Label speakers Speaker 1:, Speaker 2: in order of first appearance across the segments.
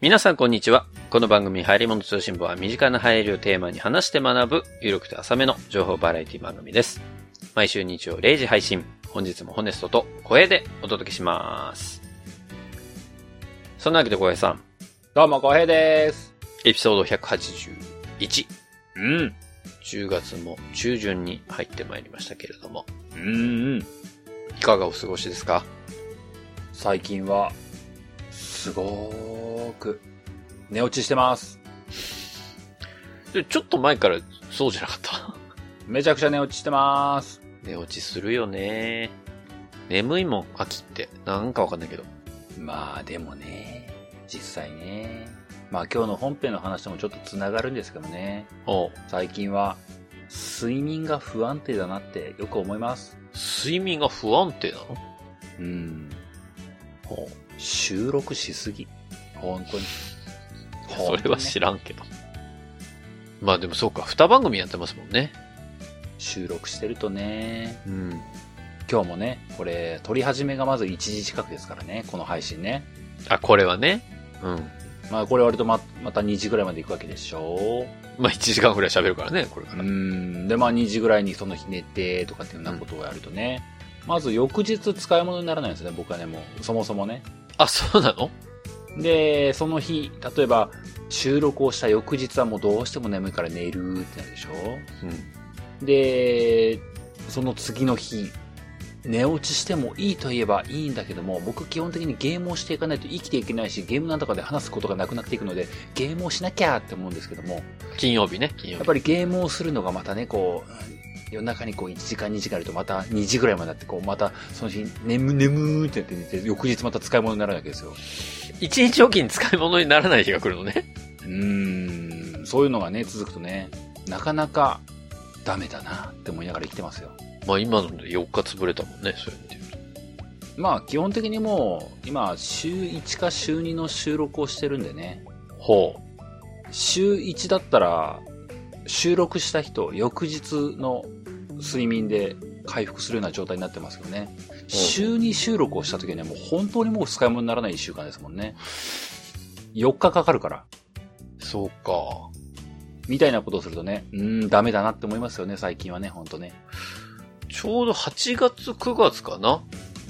Speaker 1: 皆さんこんにちは。この番組、入り物通信部は身近な入りをテーマに話して学ぶ、有力と浅めの情報バラエティ番組です。毎週日曜0時配信、本日もホネストと声でお届けします。そんなわけで小平さん、
Speaker 2: どうも、こうへいです。
Speaker 1: エピソード181、
Speaker 2: うん。
Speaker 1: 10月も中旬に入ってまいりましたけれども、
Speaker 2: うんうん。
Speaker 1: いかがお過ごしですか
Speaker 2: 最近は、すごーく、寝落ちしてます。
Speaker 1: でちょっと前からそうじゃなかった。
Speaker 2: めちゃくちゃ寝落ちしてます。
Speaker 1: 寝落ちするよね。眠いもん、秋って。なんかわかんないけど。
Speaker 2: まあ、でもね、実際ね。まあ、今日の本編の話ともちょっとつながるんですけどね。
Speaker 1: おう
Speaker 2: 最近は、睡眠が不安定だなってよく思います。
Speaker 1: 睡眠が不安定なの
Speaker 2: うん。ほう収録しすぎ。本当に。
Speaker 1: それは知
Speaker 2: ら
Speaker 1: らんけど。まあでもそうか、二番組やってますもんね。
Speaker 2: 収録してるとね、
Speaker 1: うん。
Speaker 2: 今日もね、これ、撮り始めがまず1時近くですからね、この配信ね。
Speaker 1: あ、これはね。うん。
Speaker 2: まあ、これ割とま、また2時ぐらいまで行くわけでしょ
Speaker 1: まあ1時間ぐらい喋るからね、これか
Speaker 2: う
Speaker 1: ら。
Speaker 2: ん。で、まあ、2時ぐらいにその日寝て、とかっていうようなことをやるとね、まず翌日使い物にならないんですね、僕はね、もう、そもそもね。
Speaker 1: あ、そうなの
Speaker 2: で、その日、例えば、収録をした翌日はもうどうしても眠いから寝るってなるでしょ
Speaker 1: うん。
Speaker 2: で、その次の日、寝落ちしてもいいと言えばいいんだけども、僕基本的にゲームをしていかないと生きていけないし、ゲームなんとかで話すことがなくなっていくので、ゲームをしなきゃって思うんですけども、
Speaker 1: 金曜日ね、金曜
Speaker 2: やっ
Speaker 1: 日。
Speaker 2: ぱりゲームをするのがまたね、こう、うん夜中にこう1時間2時間あるとまた2時ぐらいまであって、こうまたその日眠眠ーってなって寝て、翌日また使い物になるわけですよ。
Speaker 1: 一日おきに使い物にならない日が来るのね。
Speaker 2: うーん、そういうのがね、続くとね、なかなかダメだなって思いながら生きてますよ。
Speaker 1: まあ今ので4日潰れたもんね、そうやって言うと。
Speaker 2: まあ基本的にもう今週1か週2の収録をしてるんでね
Speaker 1: ほう。
Speaker 2: 週1だったら収録した人翌日の睡眠で回復するような状態になってますけどね週2収録をした時にはもう本当にもう使い物にならない1週間ですもんね4日かかるから
Speaker 1: そうか。
Speaker 2: みたいなことをするとねうーんダメだなって思いますよね最近はね本当ね
Speaker 1: ちょうど8月9月かな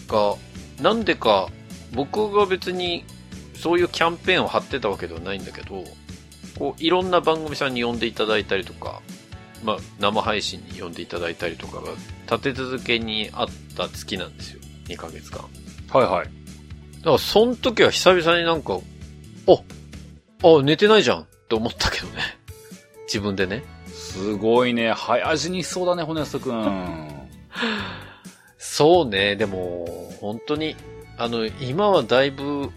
Speaker 1: が、なんでか、僕が別にそういうキャンペーンを張ってたわけではないんだけど、こう、いろんな番組さんに呼んでいただいたりとか、まあ、生配信に呼んでいただいたりとかが、立て続けにあった月なんですよ。2ヶ月間。
Speaker 2: はいはい
Speaker 1: だから、その時は久々になんか、あ、あ、寝てないじゃんって思ったけどね。自分でね。
Speaker 2: すごいね早死にしそうだね骨太くん
Speaker 1: そうね、でも、本当に、あの、今はだいぶ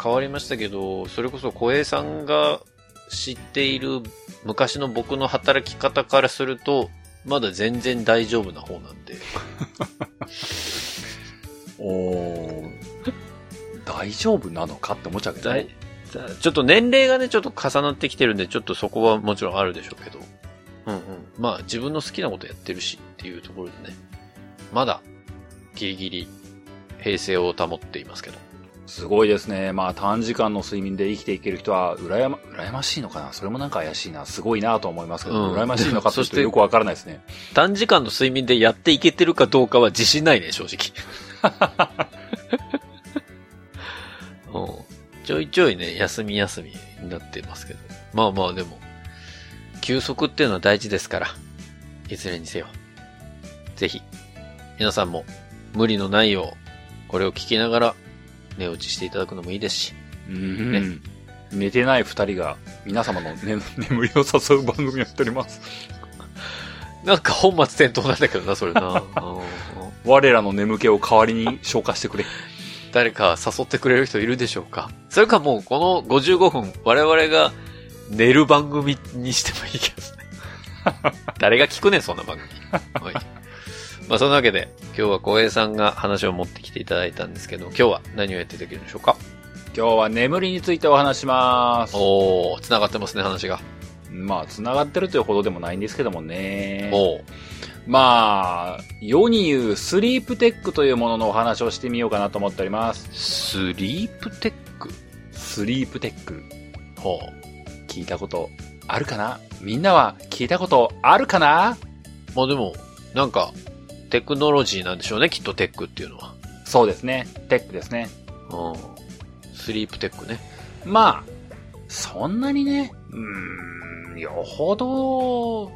Speaker 1: 変わりましたけど、それこそ小平さんが知っている昔の僕の働き方からすると、まだ全然大丈夫な方なんで。
Speaker 2: おー大丈夫なのかって思っちゃうけど
Speaker 1: だい
Speaker 2: ね。
Speaker 1: だちょっと年齢がね、ちょっと重なってきてるんで、ちょっとそこはもちろんあるでしょうけど。うんうん。まあ自分の好きなことやってるしっていうところでね。まだ、ギリギリ、平静を保っていますけど。
Speaker 2: すごいですね。まあ短時間の睡眠で生きていける人は羨ま、羨ましいのかなそれもなんか怪しいな。すごいなと思いますけど、
Speaker 1: うん
Speaker 2: 羨ましいのかっ
Speaker 1: そ
Speaker 2: てちょ
Speaker 1: し
Speaker 2: ってとよくわからないですね。
Speaker 1: 短時間の睡眠でやっていけてるかどうかは自信ないね、正直。うん、ちょいちょいね、休み休みになってますけど。まあまあでも、休息っていうのは大事ですから、いずれにせよ。ぜひ、皆さんも無理のないよう、これを聞きながら寝落ちしていただくのもいいですし。
Speaker 2: うん
Speaker 1: ね
Speaker 2: 寝てない二人が皆様の、ね、 眠りを誘う番組をやっております。
Speaker 1: なんか本末転倒なんだけどな、それな。うん
Speaker 2: 我らの眠気を代わりに消化してくれ。
Speaker 1: 誰か誘ってくれる人いるでしょうかそれかもうこの55分、我々が寝る番組にしてもいいけどね。 誰が聞くねん、そんな番組。はい。まあそんなわけで、今日は小平さんが話を持ってきていただいたんですけど、今日は何をやっていただけるんでしょうか
Speaker 2: 今日は眠りについてお話しします。
Speaker 1: おー、繋がってますね、話が。
Speaker 2: まあ、繋がってるというほどでもないんですけどもね。
Speaker 1: おー。
Speaker 2: まあ、世に言うスリープテックというもののお話をしてみようかなと思っております。
Speaker 1: スリープテック
Speaker 2: ススリープテック。
Speaker 1: ほ
Speaker 2: 聞いたことあるかなみんなは聞いたことあるかな
Speaker 1: う。まあでも、なんか、テクノロジーなんでしょうね、きっとテックっていうのは。
Speaker 2: そうですね。テックですね。
Speaker 1: うん。スリープテックね。
Speaker 2: まあ、そんなにね、うーん、よほど、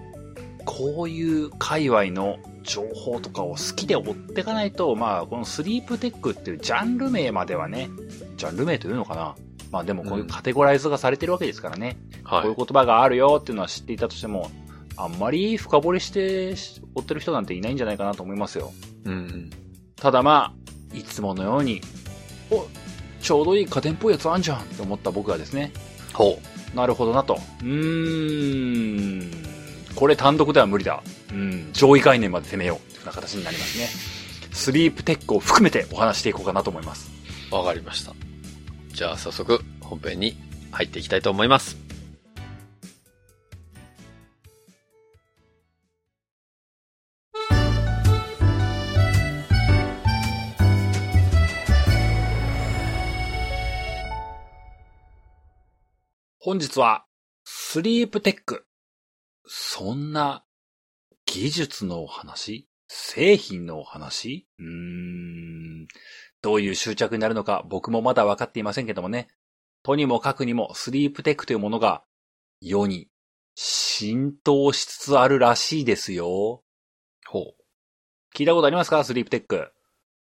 Speaker 2: こういう界隈の情報とかを好きで追っていかないと、まあ、このスリープテックっていうジャンル名まではね、ジャンル名というのかなまあでもこういうカテゴライズがされてるわけですからね。
Speaker 1: は
Speaker 2: こうい。
Speaker 1: いう
Speaker 2: 言葉があるよっていうのは知っていたとしても、あんまり深掘りして追ってる人なんていないんじゃないかなと思いますよ。
Speaker 1: うん。
Speaker 2: ただまあ、いつものように、お、ちょうどいい家電っぽいやつあんじゃんって思った僕がですね、
Speaker 1: ほ
Speaker 2: なるほどなと。うーん、これ単独では無理だ。うん、上位概念まで攻めようというふうな形になりますね。スリープテックを含めてお話していこうかなと思います。
Speaker 1: う。わかりました。じゃあ早速、本編に入っていきたいと思います。
Speaker 2: 本日は、スリープテック。そんな、技術のお話製品のお話うーん。どういう執着になるのか僕もまだ分かっていませんけどもね。とにもかくにもスリープテックというものが世に浸透しつつあるらしいですよ。
Speaker 1: ほう。
Speaker 2: 聞いたことありますかスリープテック。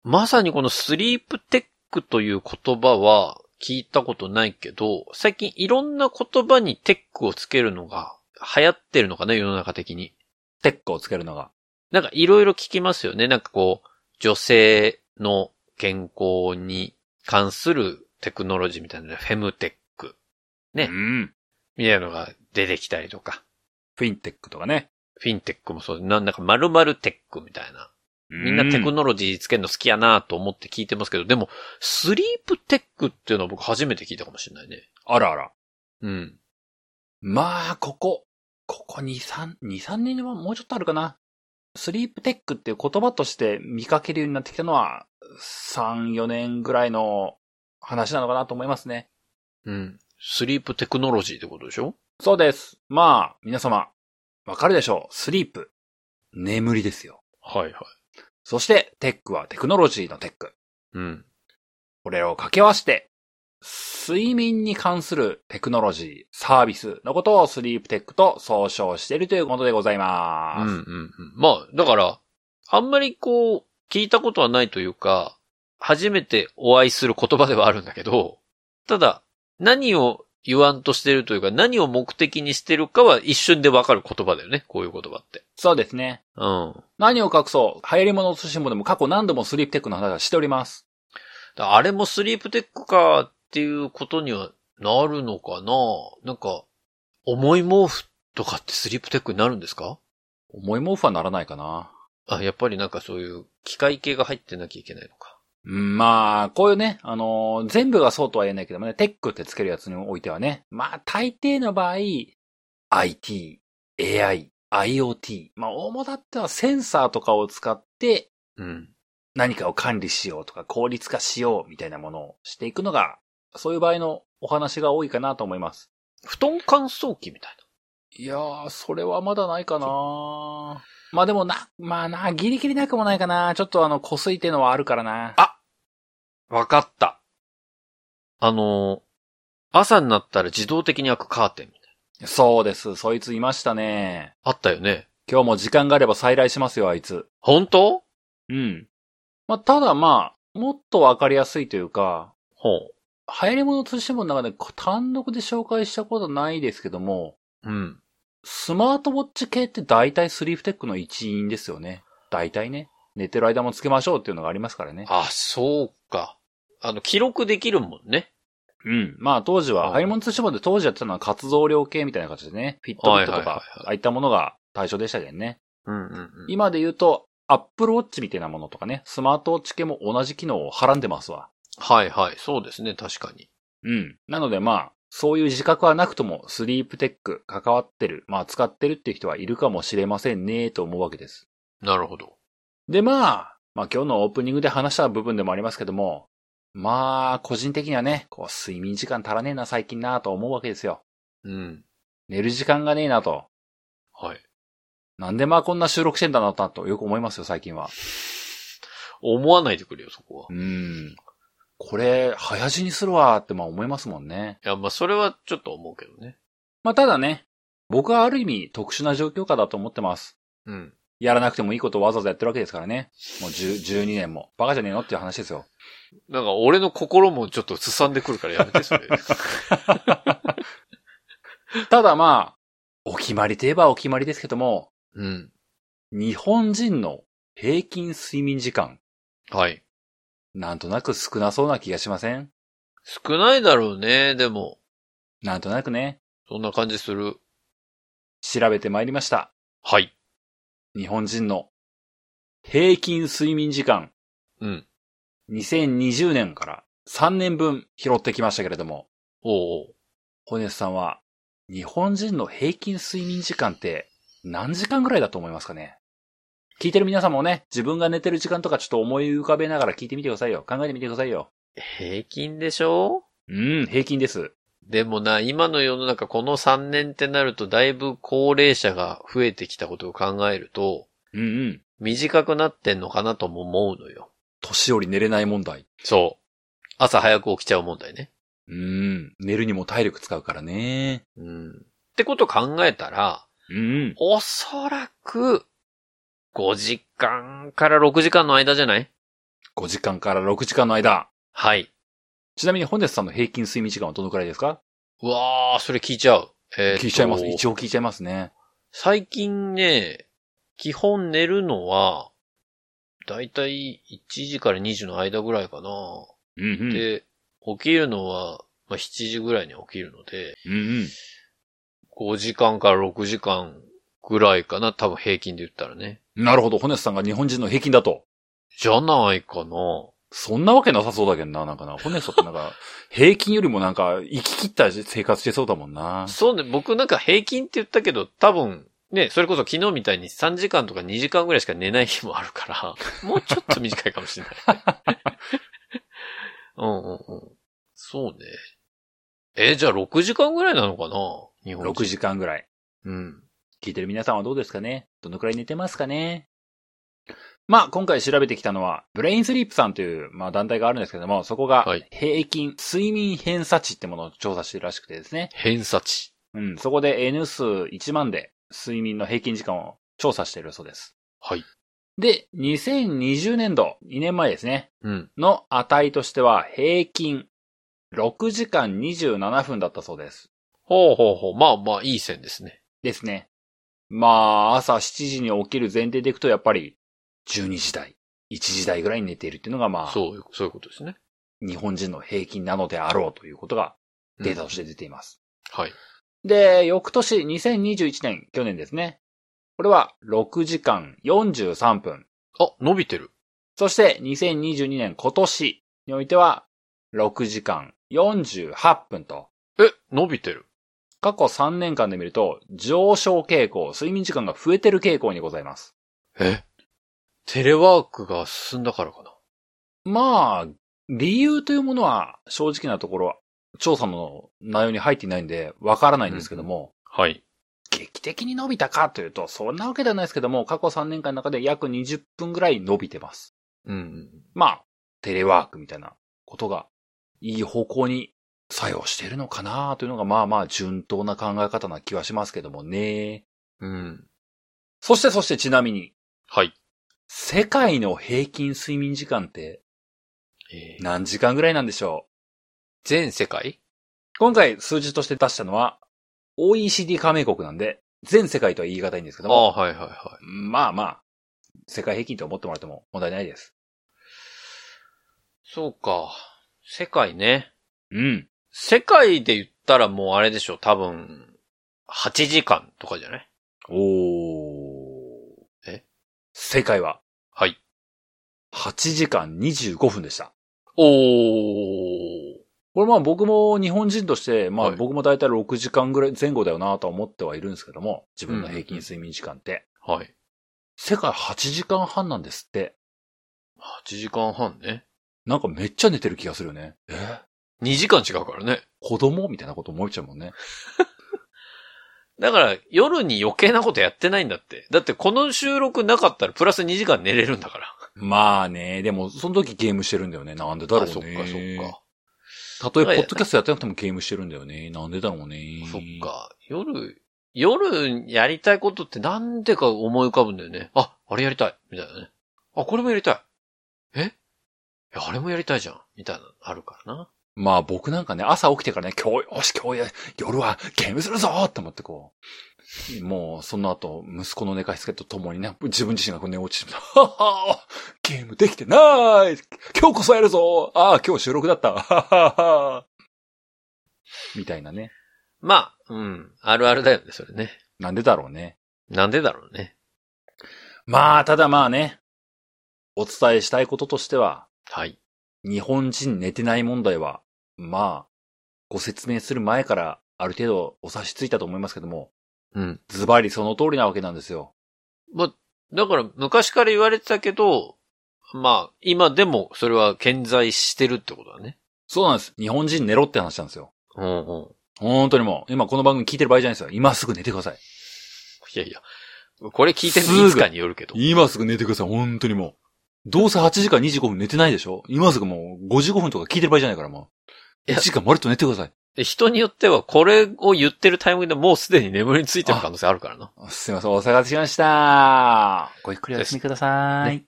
Speaker 1: まさにこのスリープテックという言葉は聞いたことないけど、最近いろんな言葉にテックをつけるのが流行ってるのかな、世の中的に。
Speaker 2: テックをつけるのが。
Speaker 1: なんかいろいろ聞きますよね。なんかこう、女性の健康に関するテクノロジーみたいなので、フェムテックね
Speaker 2: うん。
Speaker 1: みたいなのが出てきたりとか、
Speaker 2: フィンテックとかね。
Speaker 1: フィンテックもそうで、なんだか〇〇テックみたいな。みんなテクノロジーつけるの好きやなと思って聞いてますけど、でも、スリープテックっていうのは僕初めて聞いたかもしれないね。
Speaker 2: あらあら。
Speaker 1: うん。
Speaker 2: まあ、ここ、ここ2、3、2、3年はもうちょっとあるかな。スリープテックっていう言葉として見かけるようになってきたのは、3、4年ぐらいの話なのかなと思いますね。
Speaker 1: うん。スリープテクノロジーってことでしょ
Speaker 2: そうです。まあ、皆様、わかるでしょう。スリープ。眠りですよ。
Speaker 1: はいはい。
Speaker 2: そして、テックはテクノロジーのテック。
Speaker 1: うん。
Speaker 2: これを掛け合わせて、睡眠に関するテクノロジー、サービスのことをスリープテックと総称しているということでございま
Speaker 1: うんうん
Speaker 2: す。
Speaker 1: うん。まあ、だから、あんまりこう、聞いたことはないというか、初めてお会いする言葉ではあるんだけど、ただ、何を言わんとしてるというか、何を目的にしてるかは一瞬でわかる言葉だよね。こういう言葉って。
Speaker 2: そうですね。
Speaker 1: うん。
Speaker 2: 何を隠そう流行り物の寿司もでも過去何度もスリープテックの話はしております。
Speaker 1: だあれもスリープテックかっていうことにはなるのかななんか、重い毛布とかってスリープテックになるんですか
Speaker 2: 思い毛布はならないかな。
Speaker 1: あ、やっぱりなんかそういう機械系が入ってなきゃいけないのか。
Speaker 2: うんまあ、こういうね、あのー全部がそうとは言えないけどもね、テックってつけるやつにおいてはね、まあ、大抵の場合、IT、AI、IoT、まあ、主だってはセンサーとかを使って
Speaker 1: うん。
Speaker 2: 何かを管理しようとか効率化しようみたいなものをしていくのが、そういう場合のお話が多いかなと思います。
Speaker 1: 布団乾燥機みたい
Speaker 2: いやー、それはまだないかなまあでもな、まあな、ギリギリなくもないかなちょっとあの、こすいてのはあるからな。
Speaker 1: あな。わかった。あの、朝になったら自動的に開くカーテンみたい
Speaker 2: そうです。そいついましたね。
Speaker 1: な。あったよね。
Speaker 2: 今日も時間があれば再来しますよ、あいつ。
Speaker 1: 本当
Speaker 2: うん。まあ、ただまあ、もっとわかりやすいというか、
Speaker 1: ほ
Speaker 2: 流行り物通信簿の中で単独で紹介したことないですけども、
Speaker 1: う。うん。
Speaker 2: スマートウォッチ系って大体スリーフテックの一員ですよね。大体ね。寝てる間もつけましょうっていうのがありますからね。
Speaker 1: あ、そうか。あの、記録できるもんね。
Speaker 2: うん。まあ当時
Speaker 1: う
Speaker 2: は、
Speaker 1: ん
Speaker 2: ハイモン通信簿で当時やってたのは活動量計みたいな形でね、フィットビット
Speaker 1: はいは
Speaker 2: と
Speaker 1: いは
Speaker 2: か
Speaker 1: いは、い
Speaker 2: ああいったものが対象でしたけどね。
Speaker 1: うんうんうん。
Speaker 2: 今で言うと、アップルウォッチみたいなものとかね、スマートウォッチ系も同じ機能をはらんでますわ。
Speaker 1: はいはい。そうですね。確かに。
Speaker 2: うん。なのでまあ、そういう自覚はなくとも、スリープテック関わってる、まあ使ってるっていう人はいるかもしれませんね、と思うわけです。
Speaker 1: なるほど。
Speaker 2: でまあ、まあ今日のオープニングで話した部分でもありますけども、まあ、個人的にはね、こう、睡眠時間足らねえな、最近な、と思うわけですよ。
Speaker 1: うん。
Speaker 2: 寝る時間がねえなと。
Speaker 1: はい。
Speaker 2: なんでまあこんな収録してんだな、とよく思いますよ、最近は。
Speaker 1: 思わないでくれよ、そこは。
Speaker 2: うん。これ、早死にするわ、ってまあ思いますもんね。
Speaker 1: いや、まあ、それはちょっと思うけどね。
Speaker 2: まあただね、僕はある意味特殊な状況下だと思ってます。
Speaker 1: うん。
Speaker 2: やらなくてもいいことをわざわざやってるわけですからね。もう10 12年も。バカじゃねえのっていう話ですよ。
Speaker 1: なんか、俺の心もちょっとすさんでくるからやめて、 それ。
Speaker 2: ただまあ、お決まりといえばお決まりですけども、
Speaker 1: うん。
Speaker 2: 日本人の平均睡眠時間、
Speaker 1: はい。
Speaker 2: なんとなく少なそうな気がしません
Speaker 1: 少ないだろうね、でも。
Speaker 2: なんとなくね、
Speaker 1: そんな感じする。
Speaker 2: 調べてまいりました。
Speaker 1: はい。
Speaker 2: 日本人の平均睡眠時間、
Speaker 1: うん。
Speaker 2: 2020年から3年分拾ってきましたけれども、
Speaker 1: おうおう。
Speaker 2: ホネスさんは、日本人の平均睡眠時間って何時間ぐらいだと思いますかね聞いてる皆さんもね、自分が寝てる時間とかちょっと思い浮かべながら聞いてみてくださいよ。考えてみてくださいよ。
Speaker 1: 平均でしょ
Speaker 2: うん、平均です。
Speaker 1: でもな、今の世の中、この3年ってなると、だいぶ高齢者が増えてきたことを考えると、
Speaker 2: うんうん。
Speaker 1: 短くなってんのかなとも思うのよ。
Speaker 2: 年寄り寝れない問題。
Speaker 1: そう。朝早く起きちゃう問題ね。
Speaker 2: うん、寝るにも体力使うからね。
Speaker 1: うん。ってこと考えたら、
Speaker 2: うんうん。
Speaker 1: おそらく、5時間から6時間の間じゃない
Speaker 2: 5時間から6時間の間。
Speaker 1: はい。
Speaker 2: ちなみにホネスさんの平均睡眠時間はどのくらいですか
Speaker 1: うわー、それ聞いちゃう。えーっと
Speaker 2: 聞いちゃいます。一応聞いちゃいますね。
Speaker 1: 最近ね、基本寝るのは、だいたい1時から2時の間ぐらいかな。
Speaker 2: うんうん。
Speaker 1: で、起きるのは、まあ、7時ぐらいに起きるので、
Speaker 2: うんうん。
Speaker 1: 5時間から6時間ぐらいかな。多分平均で言ったらね。
Speaker 2: なるほど。ホネスさんが日本人の平均だと。
Speaker 1: じゃないかな。
Speaker 2: そんなわけなさそうだけどな、なんかな。ホネスさんってな んか、平均よりもなんか、生き切った生活してそうだもんな。
Speaker 1: そうね、僕なんか平均って言ったけど、多分、ね、それこそ昨日みたいに3時間とか2時間ぐらいしか寝ない日もある から、もうちょっと短いかもしれない。 うんうんうん。そうね。え、じゃあ6時間ぐらいなのかな日本人。
Speaker 2: 6時間ぐらい。
Speaker 1: うん。
Speaker 2: 聞いてる皆さんはどうですかねどのくらい寝てますかねまあ、今回調べてきたのは、ブレインスリープさんという、まあ、団体があるんですけども、そこが
Speaker 1: はい、
Speaker 2: 平均、睡眠偏差値ってものを調査してるらしくてですね。
Speaker 1: 偏差値。
Speaker 2: うん、そこで N 数1万で睡眠の平均時間を調査しているそうです。
Speaker 1: はい。
Speaker 2: で、2020年度、2年前ですね、
Speaker 1: うん。
Speaker 2: の値としては平均6時間27分だったそうです。
Speaker 1: ほうほうほう。まあまあ、いい線ですね。
Speaker 2: ですね。まあ、朝7時に起きる前提でいくとやっぱり12時台、1時台ぐらいに寝ているっていうのがまあ、
Speaker 1: そう、そういうことですね。
Speaker 2: 日本人の平均なのであろうということが
Speaker 1: うん
Speaker 2: データとして出ています。
Speaker 1: はい。
Speaker 2: で、翌年2021年、去年ですね。これは6時間43分。
Speaker 1: あ、伸びてる。
Speaker 2: そして2022年今年においては6時間48分と、
Speaker 1: え、伸びてる。
Speaker 2: 過去3年間で見ると上昇傾向、睡眠時間が増えてる傾向にございます。
Speaker 1: えテレワークが進んだからかな
Speaker 2: まあ、理由というものは正直なところ、調査の内容に入っていないんでわからないんですけども、
Speaker 1: はい。
Speaker 2: 劇的に伸びたかというと、そんなわけではないですけども、過去3年間の中で約20分ぐらい伸びてます。
Speaker 1: うんうん。
Speaker 2: まあ、テレワークみたいなことが、いい方向に作用しているのかなというのが、まあまあ、順当な考え方な気はしますけどもね。
Speaker 1: うん。
Speaker 2: そしてそしてちなみに、
Speaker 1: はい。
Speaker 2: 世界の平均睡眠時間って
Speaker 1: えー
Speaker 2: 何時間ぐらいなんでしょ
Speaker 1: 全世界
Speaker 2: う今回数字として出したのは、OECD 加盟国なんで、全世界とは言い難いんですけど
Speaker 1: あ
Speaker 2: も、
Speaker 1: あ、はいはいは
Speaker 2: まあまあ、世界平均と思ってもらっても問題ないです。
Speaker 1: い。そうか。世界ね。
Speaker 2: うん。
Speaker 1: 世界で言ったらもうあれでしょ、多分、8時間とかじゃない
Speaker 2: おー。
Speaker 1: え
Speaker 2: 正解は、
Speaker 1: はい。
Speaker 2: 8時間25分でした。
Speaker 1: おー。
Speaker 2: これまあ僕も日本人として、まあ
Speaker 1: はい
Speaker 2: 僕もだいたい6時間ぐらい前後だよなとは思ってはいるんですけども、自分の平均睡眠時間って。
Speaker 1: はい。
Speaker 2: 世界8時間半なんですって。
Speaker 1: 8時間半ね。
Speaker 2: なんかめっちゃ寝てる気がするよね。え
Speaker 1: 2時間違うからね。
Speaker 2: 子供みたいなこと思っちゃう もんね。
Speaker 1: だから、夜に余計なことやってないんだって。だって、この収録なかったら、プラス2時間寝れるんだから。
Speaker 2: まあね、でもその時ゲームしてるんだよね。なんでだろう
Speaker 1: あ
Speaker 2: ね。
Speaker 1: そっか、そっか。
Speaker 2: たとえポッドキャストやってなくてもゲームしてるんだよね。なんでだろうね。
Speaker 1: そっ。か。夜、夜やりたいことってなんでか思い浮かぶんだよね。あ、あれやりたい。みたいなね。あ、これもやりたい。えいやあれもやりたいじゃん。みたいなのあるからな。
Speaker 2: まあ僕なんかね、朝起きてからね、今日、よし今日や、夜はゲームするぞって思ってこう。もう、その後、息子の寝かしつけとともにね、自分自身がこう寝落ちして、はっはゲームできてない今日こそやるぞああ、今日収録だったはっはっはみたいなね。
Speaker 1: まあ、うん。あるあるだよね、それね。
Speaker 2: なんでだろうね。
Speaker 1: なんでだろうね。
Speaker 2: まあ、ただまあね、お伝えしたいこととしては、
Speaker 1: はい。
Speaker 2: 日本人寝てない問題は、まあ、ご説明する前からある程度お察しついたと思いますけども、
Speaker 1: うん。
Speaker 2: ズバリその通りなわけなんですよ。
Speaker 1: まあ、だから昔から言われてたけど、まあ、今でもそれは健在してるってことだね。
Speaker 2: そうなんです。日本人寝ろって話なんですよ。
Speaker 1: うんうん。
Speaker 2: 本当にもう、今この番組聞いてる場合じゃないですよ。今すぐ寝てください。
Speaker 1: いやいや。これ聞いてる
Speaker 2: すぐ
Speaker 1: のいつかによるけど。
Speaker 2: 今すぐ寝てください。本当にもう。どうせ8時間25分寝てないでしょ今すぐもう55分とか聞いてる場合じゃないからもう。
Speaker 1: いや
Speaker 2: 1時間まるっと寝てください。
Speaker 1: 人によってはこれを言ってるタイミングでもうすでに眠りについてる可能性あるからな。
Speaker 2: すいません、お探がしました。ごゆっくりお休みください。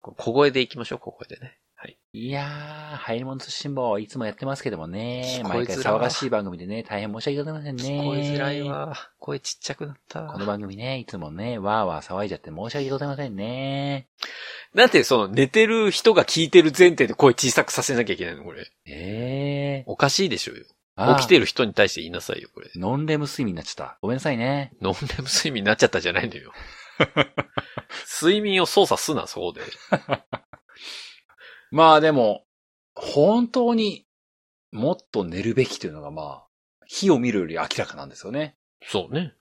Speaker 1: こ小声で行きましょう、小声でね。
Speaker 2: いやー、入り物通信簿、いつもやってますけどもね
Speaker 1: 聞。こえづら
Speaker 2: 毎回騒がしい番組でね、大変申し訳ございませんね。
Speaker 1: 聞こえづらい。わ。声ちっちゃくなった。
Speaker 2: この番組ね、いつもね、わーわー騒いじゃって申し訳ございませんね。
Speaker 1: なんでその寝てる人が聞いてる前提で声小さくさせなきゃいけないのこれ。
Speaker 2: え
Speaker 1: おかしいでしょうよ。
Speaker 2: ー。
Speaker 1: 起きてる人に対して言いなさいよ、これ。
Speaker 2: ノンレム睡眠になっちゃった。ごめんなさいね。
Speaker 1: ノンレム睡眠になっちゃったじゃないの よ。睡眠を操作すな、そこで。
Speaker 2: まあでも、本当にもっと寝るべきというのがまあ、火を見るより明らかなんですよね。
Speaker 1: そうね。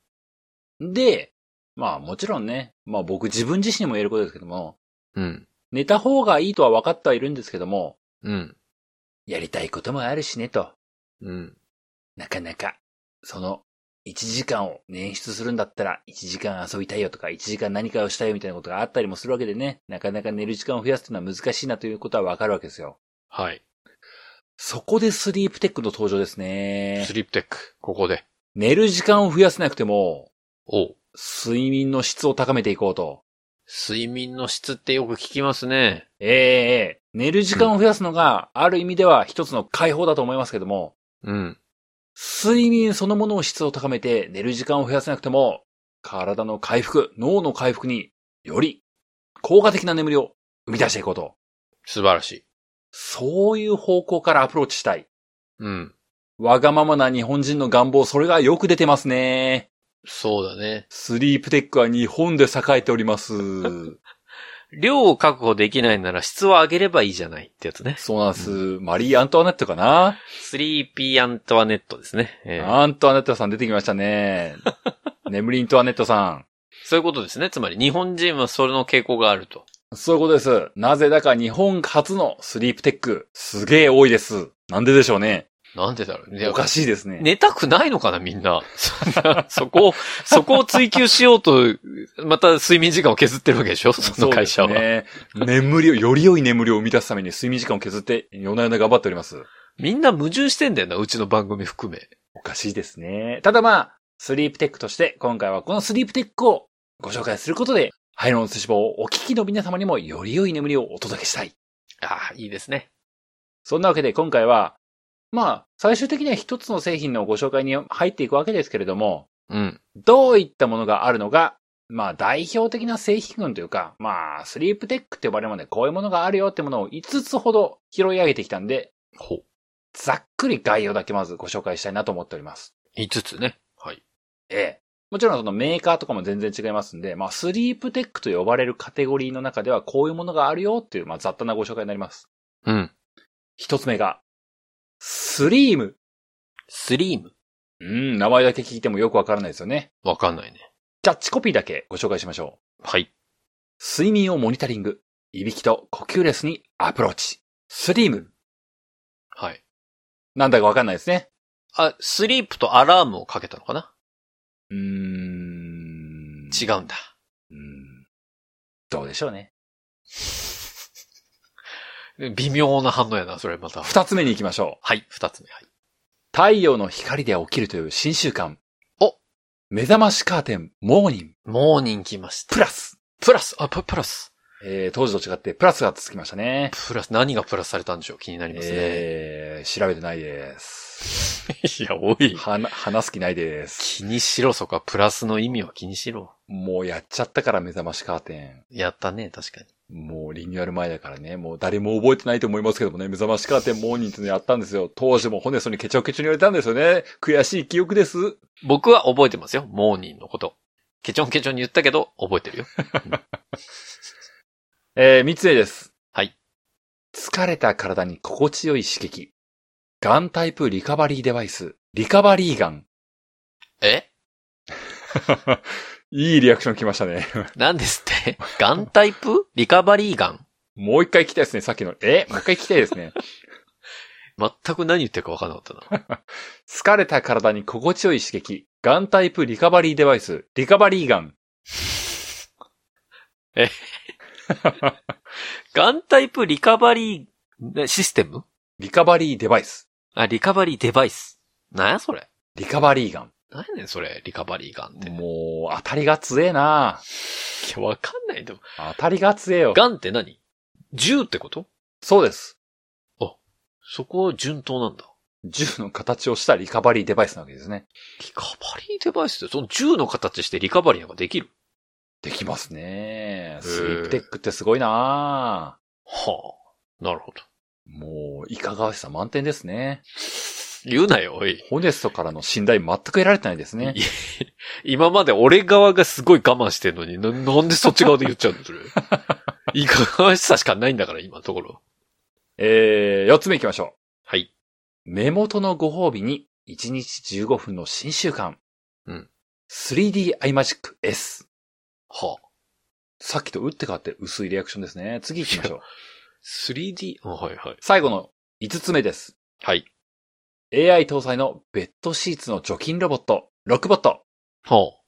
Speaker 2: で、まあもちろんね、まあ僕自分自身にも言えることですけども、
Speaker 1: うん。
Speaker 2: 寝た方がいいとは分かってはいるんですけども、
Speaker 1: うん。
Speaker 2: やりたいこともあるしねと、
Speaker 1: うん。
Speaker 2: なかなか、その、1時間を捻出するんだったら、1時間遊びたいよとか、1時間何かをしたいよみたいなことがあったりもするわけでね、なかなか寝る時間を増やすというのは難しいなということは分かるわけですよ。
Speaker 1: はい。
Speaker 2: そこでスリープテックの登場ですね
Speaker 1: ス。リープテック、ここで。
Speaker 2: 寝る時間を増やせなくても、
Speaker 1: おう
Speaker 2: 睡眠の質を高めていこうと。
Speaker 1: 睡眠の質ってよく聞きますね。
Speaker 2: ええええ寝る時間を増やすのが、ある意味では一つの解放だと思いますけども、
Speaker 1: うん。
Speaker 2: 睡眠そのものの質を高めて寝る時間を増やせなくても、体の回復、脳の回復により効果的な眠りを生み出していこうと。
Speaker 1: 素晴らしい。
Speaker 2: そういう方向からアプローチしたい。
Speaker 1: うん。
Speaker 2: わがままな日本人の願望、それがよく出てますね。
Speaker 1: そうだね。
Speaker 2: スリープテックは日本で栄えております。
Speaker 1: 量を確保できないなら質を上げればいいじゃないってやつね。
Speaker 2: そうなんです。マリー・アントワネットかな、
Speaker 1: スリーピーアントワネットですね。ええ
Speaker 2: アントワネットさん出てきましたね。眠りんとワネットさん。
Speaker 1: そういうことですね。つまり日本人はそれの傾向があると。
Speaker 2: そういうことです。なぜだか日本初のスリープテック、すげえ多いです。なんででしょうね。
Speaker 1: なんでだろうね。
Speaker 2: おかしいですね。
Speaker 1: 寝たくないのかな、みんな。 そんなそこを、そこを追求しようと、また睡眠時間を削ってるわけでしょその会社は。
Speaker 2: そうですね。眠りを、より良い眠りを生み出すために睡眠時間を削って、夜な夜な頑張っております。
Speaker 1: みんな矛盾してんだよな、うちの番組含め。
Speaker 2: おかしいですね。ただまあ、スリープテックとして、今回はこのスリープテックをご紹介することで、ハイロンス脂肪をお聞きの皆様にもより良い眠りをお届けしたい。
Speaker 1: ああ、いいですね。
Speaker 2: そんなわけで今回は、まあ、最終的には一つの製品のご紹介に入っていくわけですけれども、
Speaker 1: うん。
Speaker 2: どういったものがあるのが、まあ代表的な製品群というか、まあスリープテックって呼ばれるものでこういうものがあるよってものを5つほど拾い上げてきたんで、
Speaker 1: ほう。
Speaker 2: ざっくり概要だけまずご紹介したいなと思っております。
Speaker 1: 5つね。はい。
Speaker 2: ええ。もちろんそのメーカーとかも全然違いますんで、まあスリープテックと呼ばれるカテゴリーの中ではこういうものがあるよっていう、まあ雑多なご紹介になります。
Speaker 1: うん。
Speaker 2: 一つ目が、スリーム。
Speaker 1: スリーム
Speaker 2: うん、名前だけ聞いてもよくわからないですよね。
Speaker 1: わかんないね。
Speaker 2: キャッチコピーだけご紹介しましょう。
Speaker 1: はい。
Speaker 2: 睡眠をモニタリング、いびきと呼吸レスにアプローチ。スリム。
Speaker 1: はい。
Speaker 2: なんだかわかんないですね。
Speaker 1: あ、スリープとアラームをかけたのかな
Speaker 2: うーん。
Speaker 1: 違うんだ。
Speaker 2: うん。どうでしょうね。
Speaker 1: 微妙な反応やな、それまた。
Speaker 2: 二つ目に行きましょう。
Speaker 1: はい、二つ目。はい。
Speaker 2: 太陽の光で起きるという新習慣。
Speaker 1: お
Speaker 2: 目覚ましカーテン、モーニング、
Speaker 1: モーニング来ました。
Speaker 2: プラス。
Speaker 1: プラス、あ、ププラス。
Speaker 2: えー、当時と違ってプラスがつきましたね。
Speaker 1: プラス、何がプラスされたんでしょう気になりますね。
Speaker 2: えー、調べてないです。
Speaker 1: いや、おい。
Speaker 2: はな、話す気ないです。
Speaker 1: 気にしろ、そこはプラスの意味は気にしろ。
Speaker 2: もうやっちゃったから目覚ましカーテ
Speaker 1: やったね、確かに。
Speaker 2: ン。もうリニューアル前だからね、もう誰も覚えてないと思いますけどもね、目覚ましカーテンモーニングってのやったんですよ。当時もホネストにケチョケチョに言われたんですよね。悔しい記憶です。
Speaker 1: 僕は覚えてますよ、モーニングのこと。ケチョンケチョンに言ったけど、覚えてるよ。
Speaker 2: えー、三つ目です。
Speaker 1: はい。
Speaker 2: 疲れた体に心地よい刺激。ガンタイプリカバリーデバイス、リカバリーガン。
Speaker 1: え
Speaker 2: いいリアクション来ましたね。
Speaker 1: 何ですってガンタイプリカバリーガン
Speaker 2: もう一回聞きたいですね、さっきの。えもう一回聞きたいです ね。
Speaker 1: 全く何言ってるか分からなかったな。
Speaker 2: 疲れた体に心地よい刺激。ガンタイプリカバリーデバイス、リカバリーガン。
Speaker 1: ガンタイプリカバリーねシステム
Speaker 2: リカバリーデバイス、
Speaker 1: あ、リカバリーデバイス。なんやそれ
Speaker 2: リカバリーガン。
Speaker 1: なんやねんそれ、リカバリーガンって。い
Speaker 2: もう、当たりが強えな
Speaker 1: や、わかんないでも。
Speaker 2: 当たりが強えよ。
Speaker 1: ガンって何銃ってこと
Speaker 2: そうです。
Speaker 1: そこは順当なんだ。
Speaker 2: 銃の形をしたリカバリーデバイスなわけですね。
Speaker 1: リカバリーデバイスって、その銃の形してリカバリーなんかできる
Speaker 2: できますね
Speaker 1: ー
Speaker 2: スイープテックってすごいな
Speaker 1: はあ。なるほど。
Speaker 2: もう、いかがわしさ満点ですね。
Speaker 1: 言うなよ、おい。
Speaker 2: ホネストからの信頼全く得られてないですね。
Speaker 1: い今まで俺側がすごい我慢してんのに、ななんでそっち側で言っちゃうのそれ。いかがわしさしかないんだ から、今のところ。
Speaker 2: えー、四つ目行きましょ
Speaker 1: はい。
Speaker 2: う。目元のご褒美に、1日15分の新習慣。
Speaker 1: うん。
Speaker 2: 3D アイマジック S。
Speaker 1: はあ。
Speaker 2: さっきと打って変わって薄いリアクションですね。次行きましょう。
Speaker 1: 3D? あはいはい。
Speaker 2: 最後の5つ目です。
Speaker 1: はい。
Speaker 2: AI 搭載のベッドシーツの除菌ロボット、ロクボット。
Speaker 1: は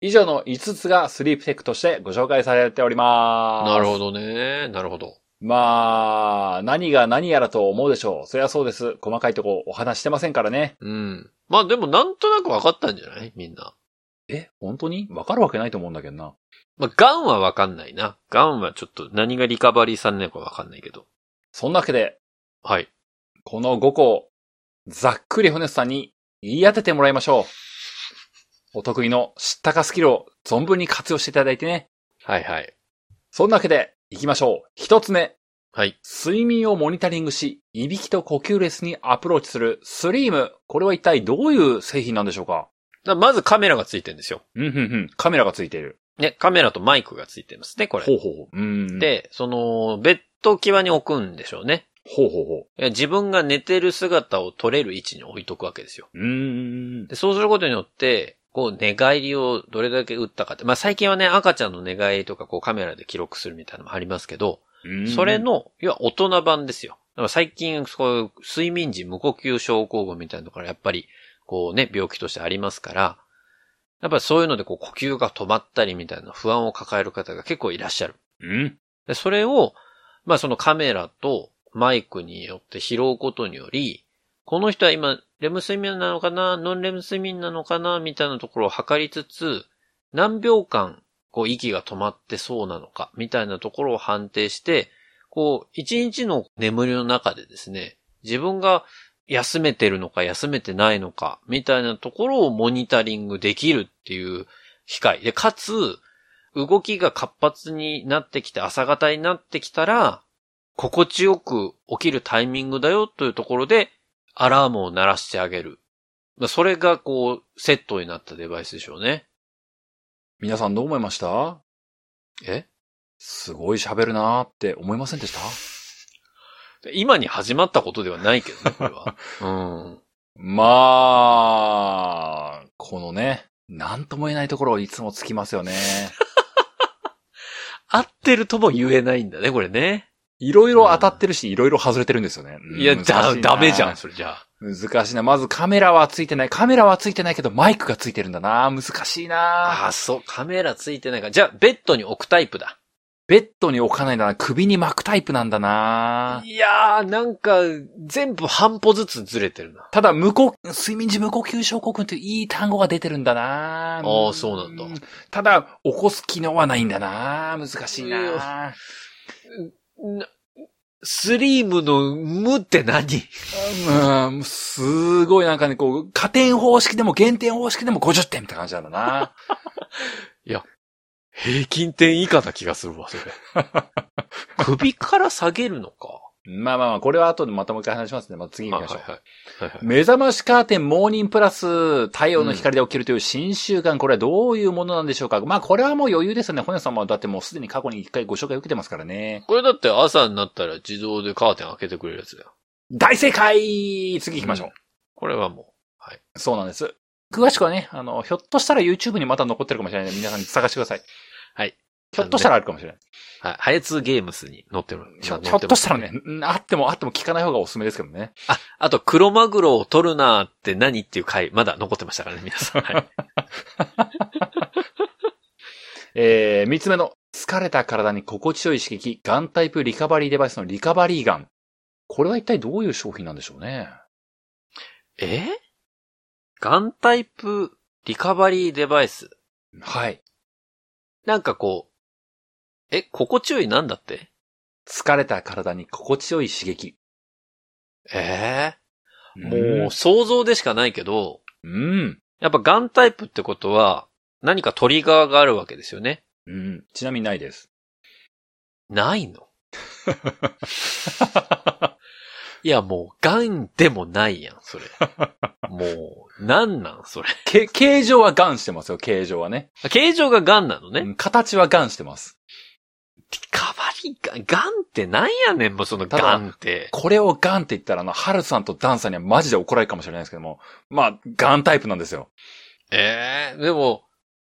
Speaker 2: 以上の5つがスリープテックとしてご紹介されておりま
Speaker 1: あ。
Speaker 2: す。
Speaker 1: なるほ
Speaker 2: ど。
Speaker 1: どね。なるほど。
Speaker 2: まあ、何が何やらと思うでしょう。そりゃそうです。細かいとこお話してませんからね。
Speaker 1: うん。まあでもなんとなく分かったんじゃないみんな。
Speaker 2: え、本当にわかるわけないと思うんだけどな。
Speaker 1: まあ、ガンは分かんないな。ガンはちょっと何がリカバリーされないか分かんないけど。
Speaker 2: そんなわけで、
Speaker 1: はい。
Speaker 2: この5個をざっくりホネスさんに言い当ててもらいましょう。お得意の知ったかスキルを存分に活用していただいてね。
Speaker 1: はいはい。
Speaker 2: そんなわけで、行きましょう。一つ目。
Speaker 1: はい。
Speaker 2: 睡眠をモニタリングし、いびきと呼吸レスにアプローチするスリーム。これは一体どういう製品なんでしょうか
Speaker 1: だまずカメラがついてるんですよ。
Speaker 2: うん、うん、うん。カメラがついている。
Speaker 1: ね、カメラとマイクがついてますね、これ。
Speaker 2: ほうほうほう。うん。、
Speaker 1: で、その、ベッド際に置くんでしょうね。
Speaker 2: ほうほうほ
Speaker 1: いや自分が寝てる姿を撮れる位置に置いとくわけですよ。
Speaker 2: う。うーん。
Speaker 1: でそうすることによって、こう、寝返りをどれだけ打ったかって。まあ、最近はね、赤ちゃんの寝返りとか、こう、カメラで記録するみたいなのもありますけど、それ、の、要は大人版ですよ。だから最近、そういう睡眠時無呼吸症候群みたいなのから、やっぱり、こうね、病気としてありますから、やっぱりそういうので、こう、呼吸が止まったりみたいな不安を抱える方が結構いらっしゃる。
Speaker 2: うん。
Speaker 1: で、それを、まあそのカメラとマイクによって拾うことにより、この人は今、レム睡眠なのかなノンレム睡眠なのかなみたいなところを測りつつ、何秒間、こう、息が止まってそうなのかみたいなところを判定して、こう、一日の眠りの中でですね、自分が休めてるのか休めてないのか、みたいなところをモニタリングできるっていう機械。で、かつ、動きが活発になってきて、朝方になってきたら、心地よく起きるタイミングだよというところで、アラームを鳴らしてあげる。まあそれがこう、セットになったデバイスでしょうね。
Speaker 2: 皆さんどう思いました
Speaker 1: え
Speaker 2: すごい喋るなーって思いませんでした
Speaker 1: 今に始まったことではないけど ね、これは。うん。
Speaker 2: まあ、このね、なんとも言えないところをいつもつ きますよね。
Speaker 1: 合ってるとも言えないんだね、これね。
Speaker 2: いろいろ当たってるし、いろいろ外れてるんですよね。うん
Speaker 1: いや、
Speaker 2: 難
Speaker 1: だ、
Speaker 2: しいな
Speaker 1: ダメじゃん、それじゃあ。
Speaker 2: 難しいな。まずカメラはついてない。カメラはついてないけど、マイクがついてるんだな。難しいな。
Speaker 1: あー、そう、カメラついてないから。じゃあ、ベッドに置くタイプだ。
Speaker 2: ベッドに置かないんだな。首に巻くタイプなんだない
Speaker 1: やー、なんか、全部半歩ずつずれてるな。
Speaker 2: ただ、無呼、睡眠時無呼吸症候群といういい単語が出てるんだな
Speaker 1: あーそうなんだ。
Speaker 2: ただ、起こす機能はないんだな難しいうな
Speaker 1: なスリームの無って何
Speaker 2: うん、すごいなんかね、こう、加点方式でも減点方式でも50点って感じなん だな
Speaker 1: 平均点以下な気がするわ、それ。 首から下げるのか。
Speaker 2: まあまあまあ、これは後でまたもう一回話しますね。また次行きましょう。
Speaker 1: はいはい
Speaker 2: 目覚ましカーテンモーニングプラス太陽の光で起きるという新習慣、これはどういうものなんでしょうかまあこれはもう余裕ですよね。本屋さんもだってもうすでに過去に一回ご紹介受けてますからね。
Speaker 1: これだって朝になったら自動でカーテン開けてくれるやつだよ。
Speaker 2: 大正解次行きましょう、
Speaker 1: これはも
Speaker 2: そうなんです。詳しくはね、あの、ひょっとしたら YouTube にまた残ってるかもしれないので、皆さん探してください。
Speaker 1: はい。
Speaker 2: ひょっとしたらあるかもしれない。
Speaker 1: う、はい。ハエツーゲームスに乗ってる。
Speaker 2: ひ
Speaker 1: 乗
Speaker 2: ょ
Speaker 1: って
Speaker 2: ひ
Speaker 1: ま
Speaker 2: ょっ
Speaker 1: す
Speaker 2: としたらね、うんあってもあっても聞かない方がおすすめですけどね。
Speaker 1: あ、あと、クロマグロを取るなーって何っていう回、まだ残ってましたからね、皆さん。 はい、
Speaker 2: えー、三つ目の、疲れた体に心地よい刺激、ガンタイプリカバリーデバイスのリカバリーガン。これは一体どういう商品なんでしょうね。
Speaker 1: えガンタイプリカバリーデバイス。
Speaker 2: はい。
Speaker 1: なんかこう、え、心地よいなんだって
Speaker 2: 疲れた体に心地よい刺激。
Speaker 1: ええも
Speaker 2: も
Speaker 1: う想像でしかないけど、
Speaker 2: う、うん。
Speaker 1: やっぱガンタイプってことは、何かトリガーがあるわけですよね。
Speaker 2: うん。ちなみにないです。
Speaker 1: ない のいや、もう、ガンでもないやん、それ。もう、なんなん、それ。
Speaker 2: け、形状はガンしてますよ、形状はね。
Speaker 1: あ形状がガンなのね。
Speaker 2: うん形はガンしてます。
Speaker 1: リカバリーガン、ガンってなんやねん、もうその
Speaker 2: ただ
Speaker 1: ガンって。
Speaker 2: これをガンって言ったら、あの、ハルさんとダンさんにはマジで怒られるかもしれないですけども、まあ、ガンタイプなんですよ。
Speaker 1: ええでも、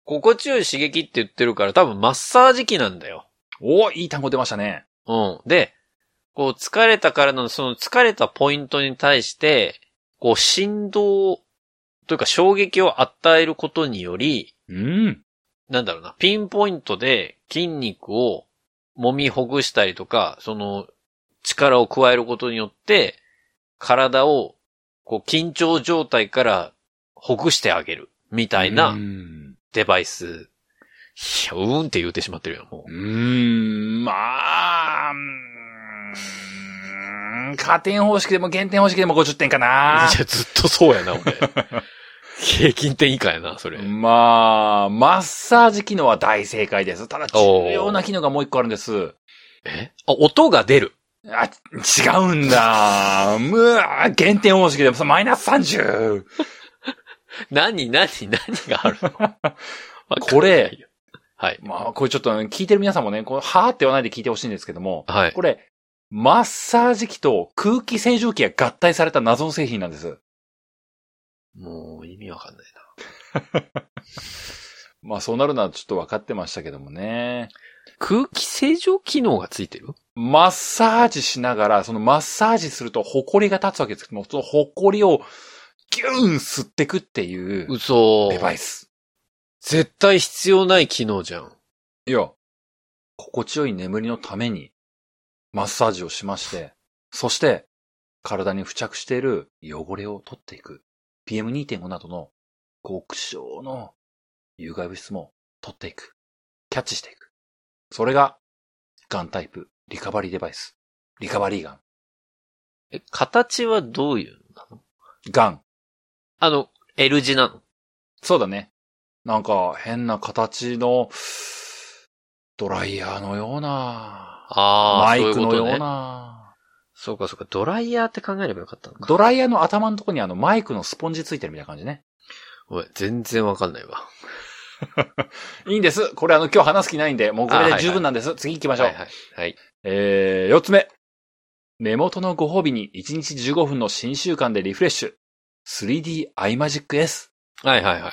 Speaker 1: 心地よい刺激って言ってるから多分マッサージ機なんだよ。
Speaker 2: おーいい単語出ましたね。
Speaker 1: うん。で、こう疲れたからのその疲れたポイントに対して、こう振動というか衝撃を与えることにより、
Speaker 2: うん。
Speaker 1: なんだろうな、ピンポイントで筋肉を揉みほぐしたりとか、その力を加えることによって、体をこう緊張状態からほぐしてあげるみたいうなんデバイス。いや、うーんって言ってしまってるよ、も
Speaker 2: うーん、まあ、うーん加点方式でも減点方式でも50点か
Speaker 1: う。い
Speaker 2: な
Speaker 1: や、。ずっとそうやな、俺。平均点以下やな、それ。
Speaker 2: まあ、マッサージ機能は大正解です。ただ重要な機能がもう一個あるんです。
Speaker 1: えあ、音が出る。
Speaker 2: あ、違うんだ。むわ減点方式でもマイナス 30!
Speaker 1: 何、何、何があるの
Speaker 2: これ、
Speaker 1: はい。
Speaker 2: まあ、これちょっとね聞いてる皆さんもね、こうはーって言わないで聞いてほしいんですけども、
Speaker 1: はい。
Speaker 2: これ、マッサージ機と空気清浄機が合体された謎の製品なんです。
Speaker 1: もう意味わかんないな。
Speaker 2: まあそうなるのはちょっと分かってましたけどもね。
Speaker 1: 空気清浄機能がついてる
Speaker 2: マッサージしながら、そのマッサージすると埃が立つわけですけども、その埃をギューン吸ってくっていう
Speaker 1: 嘘
Speaker 2: デ。バイス。
Speaker 1: 絶対必要ない機能じゃん。
Speaker 2: いや、心地よい眠りのためにマッサージをしまして、そして体に付着している汚れを取っていく。PM2.5 などの極小の有害物質も取っていく。キャッチしていく。それがガンタイプリカバリーデバイス。リカバリーガン。
Speaker 1: え、形はどういうのなの
Speaker 2: ガン。
Speaker 1: あの、L 字なの
Speaker 2: そうだね。なんか変な形のドライヤーのような、
Speaker 1: ああ、
Speaker 2: マイク
Speaker 1: そういう
Speaker 2: の
Speaker 1: こ
Speaker 2: よ
Speaker 1: と
Speaker 2: う
Speaker 1: ね。
Speaker 2: な。
Speaker 1: そうかそうか、ドライヤーって考えればよかったのか。
Speaker 2: ドライヤーの頭のとこにあのマイクのスポンジついてるみたいな感じね。
Speaker 1: おい、全然わかんないわ。
Speaker 2: いいんです。これあの今日話す気ないんで、もうこ
Speaker 1: あは
Speaker 2: れ
Speaker 1: いは
Speaker 2: で
Speaker 1: い
Speaker 2: 十分なんです。次行きましょう。
Speaker 1: はいはい。はい。
Speaker 2: えー、四つ目。根元のご褒美に1日15分の新習慣でリフレッシュ。3D アイマジック S。
Speaker 1: はいはいはいはい。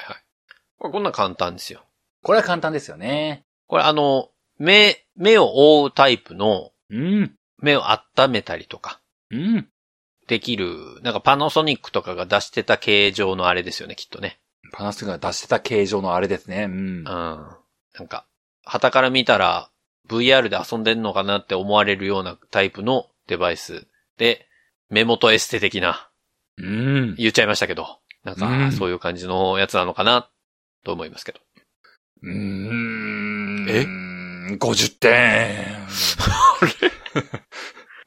Speaker 1: これこんなん簡単ですよ。
Speaker 2: これは簡単ですよね。
Speaker 1: これあの、目、目を覆うタイプの、
Speaker 2: うん。
Speaker 1: 目を温めたりとか、
Speaker 2: うん。
Speaker 1: できる、なんかパナソニックとかが出してた形状のあれですよね、きっとね。
Speaker 2: パナスが出してた形状のあれですね。うん
Speaker 1: うん。。なんか、旗から見たら VR で遊んでんのかなって思われるようなタイプのデバイスで、目元エステ的な、
Speaker 2: うん。
Speaker 1: 言っちゃいましたけど、なん
Speaker 2: う
Speaker 1: か、
Speaker 2: ん
Speaker 1: そういう感じのやつなのかな、と思いますけど。
Speaker 2: うーん。
Speaker 1: え
Speaker 2: ?50 点。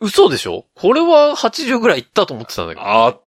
Speaker 1: 嘘でしょこれは80ぐらいいったと思ってたんだけど。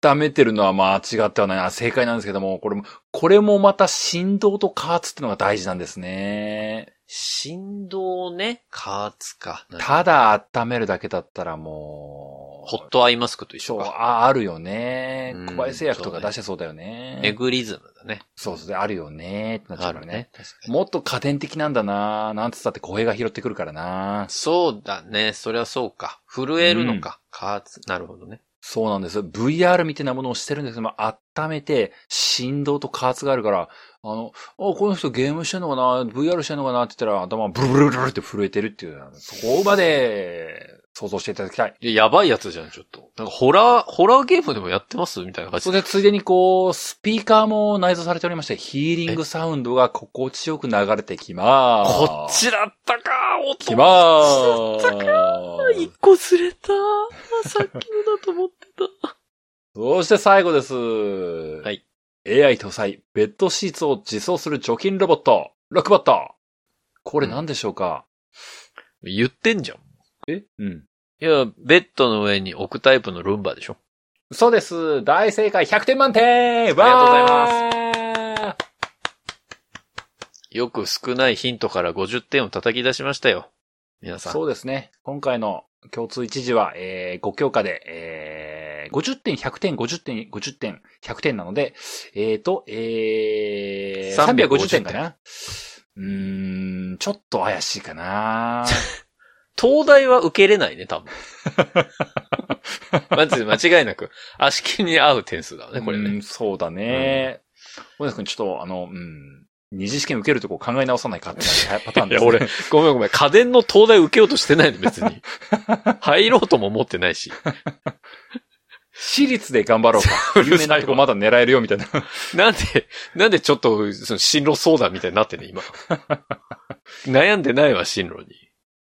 Speaker 2: 温めてるのはまあ違ってはないあ。正解なんですけども、これも、これもまた振動と加圧ってのが大事なんですね。
Speaker 1: 振動ね、加圧か。
Speaker 2: ただ温めるだけだったらもう、
Speaker 1: ホットアイマスクと一
Speaker 2: そ
Speaker 1: 緒
Speaker 2: う、
Speaker 1: か。
Speaker 2: あ、あるよね
Speaker 1: うん。
Speaker 2: 小林製薬とか出してそうだよね。
Speaker 1: エグリズムだね。
Speaker 2: そうそう、あるよねってなっちゃ
Speaker 1: あ
Speaker 2: うから
Speaker 1: る
Speaker 2: ね。
Speaker 1: ね。確かに。
Speaker 2: もっと家電的なんだななんつったって小平が拾ってくるからな
Speaker 1: そうだね。そりゃそうか。震えるのか。加圧。なるほどね。
Speaker 2: そうなんです。VR みたいなものをしてるんですけども、温めて、振動と加圧があるから、あの、あ、この人ゲームしてんのかな ?VR してんのかなって言ったら、頭ブルブルブルブルって震えてるっていう、そこまで、想像していただきたい。
Speaker 1: いや、やばいやつじゃん、ちょっと。なんか、ホラー、ホラーゲームでもやってますみたいな感じ
Speaker 2: そ。れで、ついでにこう、スピーカーも内蔵されておりまして、ヒーリングサウンドが心地よく流れてきまーす。
Speaker 1: こっちだったか音
Speaker 2: きまーす。
Speaker 1: 一個ずれたさっきのだと思ってた。。
Speaker 2: そして最後です。はい AI 搭載、ベッドシーツを自走する除菌ロボット、ロックボット。これ何でしょうか、
Speaker 1: 言ってんじゃん。
Speaker 2: えうん。
Speaker 1: いや、ベッドの上に置くタイプのルンバでしょ。
Speaker 2: そうです。大正解100点満点ありがとうございます。
Speaker 1: よく少ないヒントから50点を叩き出しましたよ。皆さん。
Speaker 2: そうですね。今回の共通一時は、えー、5教科で、えー、50点、100点、50点、50点、100点なので、えーと、えー、350点かな。うーん、ちょっと怪しいかな
Speaker 1: 東大は受けれないね、多分。 まず間違いなく、足切りに合う点数だね、これ
Speaker 2: う
Speaker 1: ね。
Speaker 2: んそうだね。小林くん、ちょっと、あの、うん。二次試験受けるとこ考え直さないかっていうパターン
Speaker 1: い
Speaker 2: で
Speaker 1: や、
Speaker 2: す、ね。
Speaker 1: 俺、ごめんごめん。家電の東大受けようとしてないの、別に。入ろうとも思ってないし。
Speaker 2: 私立で頑張ろうか。
Speaker 1: うる
Speaker 2: 有
Speaker 1: さい
Speaker 2: 名
Speaker 1: わ
Speaker 2: なとこまだ狙えるよ、みたいな。
Speaker 1: なんで、なんでちょっと、その進路相談みたいになってんね、今。悩んでないわ、進路に。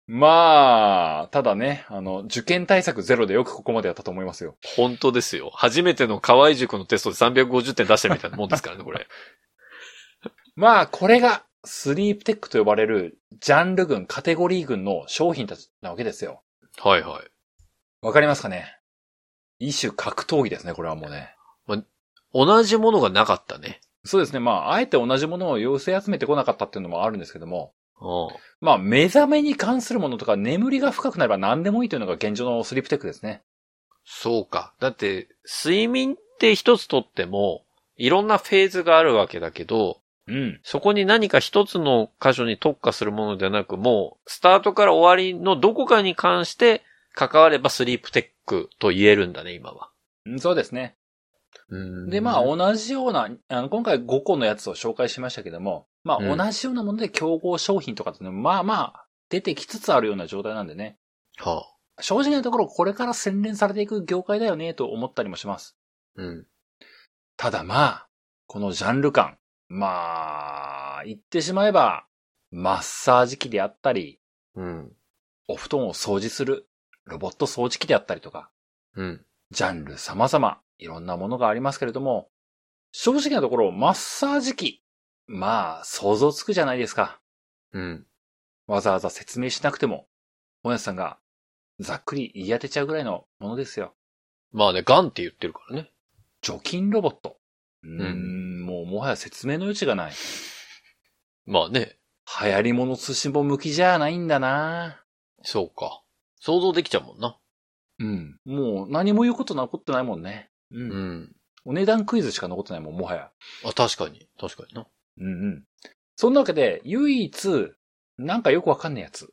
Speaker 2: まあ、ただね、あの、受験対策ゼロでよくここまでやったと思いますよ。
Speaker 1: 本当ですよ。初めての河合塾のテストで350点出したみたいなもんですからね、これ。
Speaker 2: まあ、これが、スリープテックと呼ばれる、ジャンル群、カテゴリー群の商品たちなわけですよ。
Speaker 1: はいはい。
Speaker 2: わかりますかね一種格闘技ですね、これはもうね。
Speaker 1: 同じものがなかったね。
Speaker 2: そうですね。まあ、あえて同じものを寄せ集めてこなかったっていうのもあるんですけども、
Speaker 1: うん。
Speaker 2: まあ、目覚めに関するものとか、眠りが深くなれば何でもいいというのが現状のスリープテックですね。
Speaker 1: そうか。だって、睡眠って一つとっても、いろんなフェーズがあるわけだけど、
Speaker 2: うん。
Speaker 1: そこに何か一つの箇所に特化するものではなく、もう、スタートから終わりのどこかに関して、関わればスリープテックと言えるんだね、今は。
Speaker 2: そうですね。で、まあ、同じような、あの、今回5個のやつを紹介しましたけども、まあ、
Speaker 1: うん
Speaker 2: 同じようなもので競合商品とかっていうのも、まあまあ、出てきつつあるような状態なんでね。
Speaker 1: はあ、
Speaker 2: 正直なところ、これから洗練されていく業界だよね、と思ったりもします。
Speaker 1: うん。
Speaker 2: ただまあ、このジャンル感。まあ、言ってしまえば、マッサージ機であったり、
Speaker 1: うん。
Speaker 2: お布団を掃除する、ロボット掃除機であったりとか、
Speaker 1: うん。
Speaker 2: ジャンル様々、いろんなものがありますけれども、正直なところ、マッサージ機。まあ、想像つくじゃないですか。
Speaker 1: うん。
Speaker 2: わざわざ説明しなくても、本屋さんがざっくり言い当てちゃうぐらいのものですよ。
Speaker 1: まあね、ガンって言ってるからね。
Speaker 2: 除菌ロボット。うーん、もうもはや説明の余地がない。
Speaker 1: まあね、
Speaker 2: 流行り物寿司も向きじゃないんだな
Speaker 1: そうか。想像できちゃうもんな。
Speaker 2: うん。もう何も言うこと残ってないもんね。う。
Speaker 1: うんん。
Speaker 2: お値段クイズしか残ってないもん、もはや。
Speaker 1: あ、確かに。確かにな。
Speaker 2: うんうん。そんなわけで、唯一、なんかよくわかんないやつ。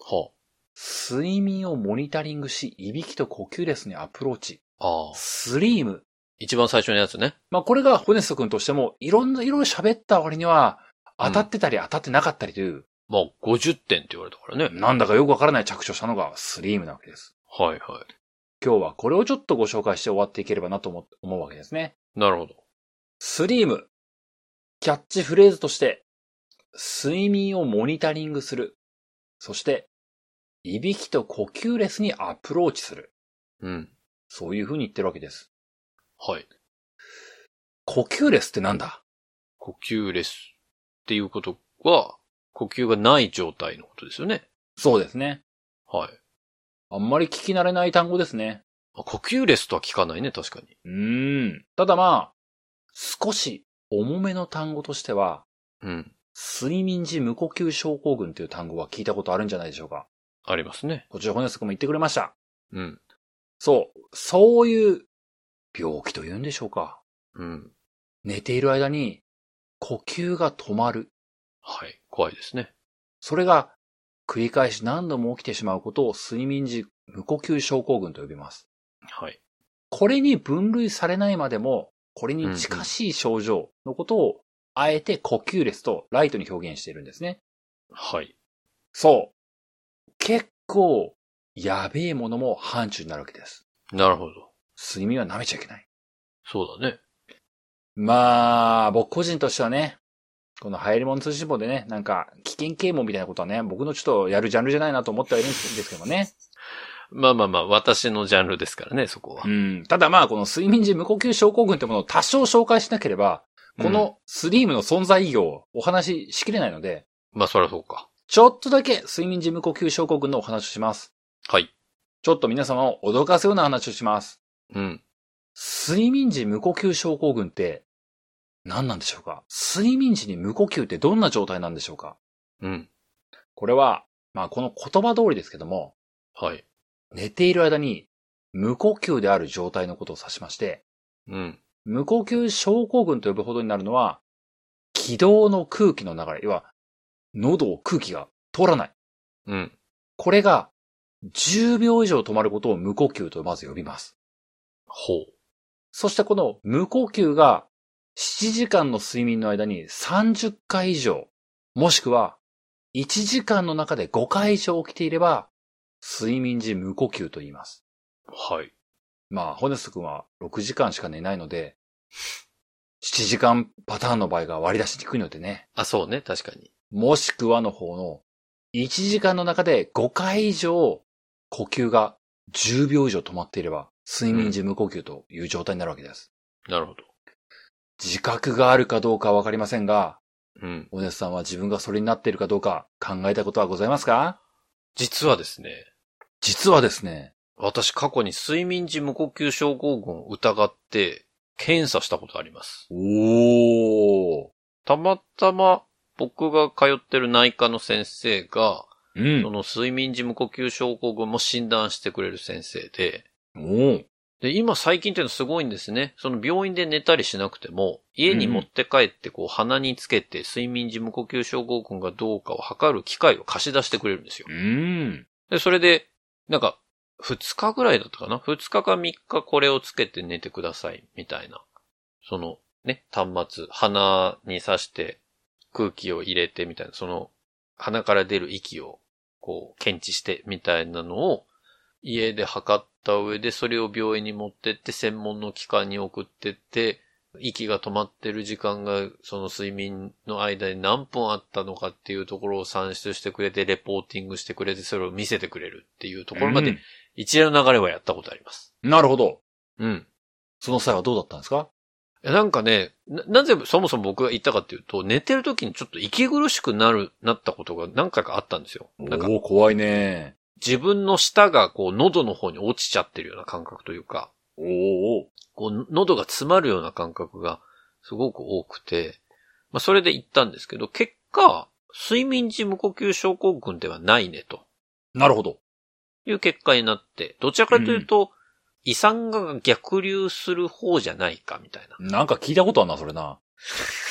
Speaker 1: は
Speaker 2: 睡眠をモニタリングし、いびきと呼吸レスにアプローチ。
Speaker 1: あ。ああ。
Speaker 2: スリーム。
Speaker 1: 一番最初のやつね。
Speaker 2: まあこれがホネスト君としても、いろんな、いろいろ喋った割には、
Speaker 1: うん
Speaker 2: 当たってたり当たってなかったりという、
Speaker 1: まあ、50点って言われたからね。
Speaker 2: なんだかよくわからない着手したのがスリームなわけです。
Speaker 1: はいは
Speaker 2: 今日はこれをちょっとご紹介して終わっていければなと思思うわけですね。
Speaker 1: い。なるほど。
Speaker 2: スリーム。キャッチフレーズとして、睡眠をモニタリングする。そして、いびきと呼吸レスにアプローチする。
Speaker 1: うん。
Speaker 2: そういう風に言ってるわけです。
Speaker 1: はい。
Speaker 2: 呼吸レスってなんだ
Speaker 1: 呼吸レスっていうことは、呼吸がない状態のことですよね。
Speaker 2: そうですね。
Speaker 1: はい。
Speaker 2: あんまり聞き慣れない単語ですね。
Speaker 1: あ呼吸レスとは聞かないね、確かに。
Speaker 2: うーん。ただまあ、少し重めの単語としては、
Speaker 1: うん。
Speaker 2: 睡眠時無呼吸症候群という単語は聞いたことあるんじゃないでしょうか。
Speaker 1: ありますね。
Speaker 2: こちら本ス君も言ってくれました。
Speaker 1: うん。
Speaker 2: そう。そういう病気と言うんでしょうか。
Speaker 1: うん。
Speaker 2: 寝ている間に呼吸が止まる。
Speaker 1: はい。怖いですね。
Speaker 2: それが繰り返し何度も起きてしまうことを睡眠時無呼吸症候群と呼びます。
Speaker 1: はい。
Speaker 2: これに分類されないまでも、これに近しい症状のことを、あえて呼吸列とライトに表現しているんですね。
Speaker 1: はい。
Speaker 2: そう。結構、やべえものも範疇になるわけです。
Speaker 1: なるほど。
Speaker 2: 睡眠は舐めちゃいけない。
Speaker 1: そうだね。
Speaker 2: まあ、僕個人としてはね、この流行り物通信簿でね、なんか、危険啓蒙みたいなことはね、僕のちょっとやるジャンルじゃないなと思ってはいるんですけどね。
Speaker 1: まあまあまあ、私のジャンルですからね、そこは
Speaker 2: う。ん。ただまあ、この睡眠時無呼吸症候群ってものを多少紹介しなければ、このスリームの存在意義をお話ししきれないので、
Speaker 1: まあ、そりゃそうか。
Speaker 2: ちょっとだけ睡眠時無呼吸症候群のお話をします。
Speaker 1: はい。
Speaker 2: ちょっと皆様を驚かすような話をします。
Speaker 1: うん。
Speaker 2: 睡眠時無呼吸症候群って何なんでしょうか睡眠時に無呼吸ってどんな状態なんでしょうか
Speaker 1: うん。
Speaker 2: これは、まあこの言葉通りですけども、
Speaker 1: はい。
Speaker 2: 寝ている間に無呼吸である状態のことを指しまして、
Speaker 1: うん。
Speaker 2: 無呼吸症候群と呼ぶほどになるのは、気道の空気の流れ、要は、喉を空気が通らない。
Speaker 1: うん。
Speaker 2: これが、10秒以上止まることを無呼吸とまず呼びます。
Speaker 1: ほう。
Speaker 2: そしてこの無呼吸が、7時間の睡眠の間に30回以上、もしくは、1時間の中で5回以上起きていれば、睡眠時無呼吸と言います。
Speaker 1: はい。
Speaker 2: まあ、ホネスト君は6時間しか寝ないので、7時間パターンの場合が割り出しにくいのでね、
Speaker 1: あ、そうね、確かに。
Speaker 2: もしくはの方の1時間の中で5回以上呼吸が10秒以上止まっていれば、睡眠時無呼吸という状態になるわけです。
Speaker 1: なるほど。
Speaker 2: 自覚があるかどうかはわかりませんが、
Speaker 1: うん。
Speaker 2: ホネストさんは自分がそれになっているかどうか考えたことはございますか
Speaker 1: 実はですね、
Speaker 2: 実はですね、
Speaker 1: 私過去に睡眠時無呼吸症候群を疑って検査したことあります。
Speaker 2: おー、
Speaker 1: たまたま僕が通ってる内科の先生が、
Speaker 2: う
Speaker 1: そ
Speaker 2: ん、
Speaker 1: の睡眠時無呼吸症候群も診断してくれる先生で、
Speaker 2: おー、
Speaker 1: で、今最近っていうのはすごいんですね。その病院で寝たりしなくても、家に持って帰ってこう鼻につけて睡眠時無呼吸症候群がどうかを測る機械を貸し出してくれるんですよ
Speaker 2: う。ん、
Speaker 1: で、それで、なんか、二日ぐらいだったかな二日か三日これをつけて寝てください、みたいな。その、ね、端末、鼻に刺して空気を入れてみたいな、その、鼻から出る息を、こう、検知してみたいなのを、家で測った上で、それを病院に持ってって、専門の機関に送ってって、息が止まってる時間が、その睡眠の間に何分あったのかっていうところを算出してくれて、レポーティングしてくれて、それを見せてくれるっていうと
Speaker 2: と
Speaker 1: ころまで、一連の流れはやったことあります。
Speaker 2: なるほど。
Speaker 1: うん。
Speaker 2: その際はどうだったんですか
Speaker 1: いやなんかね、な、なぜそもそも僕が言ったかっていうと、寝てる時にちょっと息苦しくなる、なったことが何回かあったんですよ。なんか
Speaker 2: おお怖いね。
Speaker 1: 自分の舌がこう喉の方に落ちちゃってるような感覚というか、
Speaker 2: おお
Speaker 1: こう、喉が詰まるような感覚がすごく多くて、まあ、それで行ったんですけど、結果、睡眠時無呼吸症候群ではないね、と
Speaker 2: なるほど。
Speaker 1: いう結果になって、どちらかというと、胃酸が逆流する方じゃないか、みたいな。
Speaker 2: なんか聞いたことあるな、それな。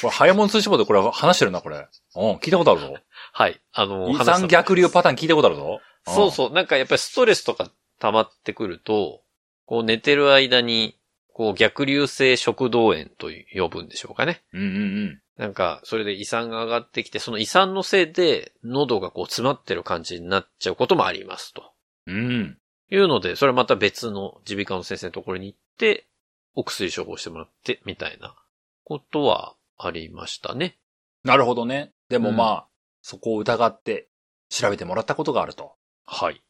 Speaker 2: これ、早物通信簿でこれ話してるな、これ。うん、聞いたことあるぞ。
Speaker 1: はい。あの、
Speaker 2: 遺
Speaker 1: 話した
Speaker 2: 産逆流パターン聞いたことあるぞ。
Speaker 1: そうそう。なんかやっぱりストレスとか溜まってくると、こう寝てる間にこう逆流性食道炎と呼ぶんでしょうかね。
Speaker 2: うんうん
Speaker 1: なんか、それで胃酸が上がってきて、その胃酸のせいで、喉がこう詰まってる感じになっちゃうこともありますと。
Speaker 2: うん。うん。
Speaker 1: いうので、それはまた別の耳鼻科の先生のところに行って、お薬処方してもらって、みたいなことはありましたね。
Speaker 2: なるほどね。で
Speaker 1: う
Speaker 2: も
Speaker 1: ん
Speaker 2: まあ、そこを疑って調べてもらったことがあると。
Speaker 1: はい。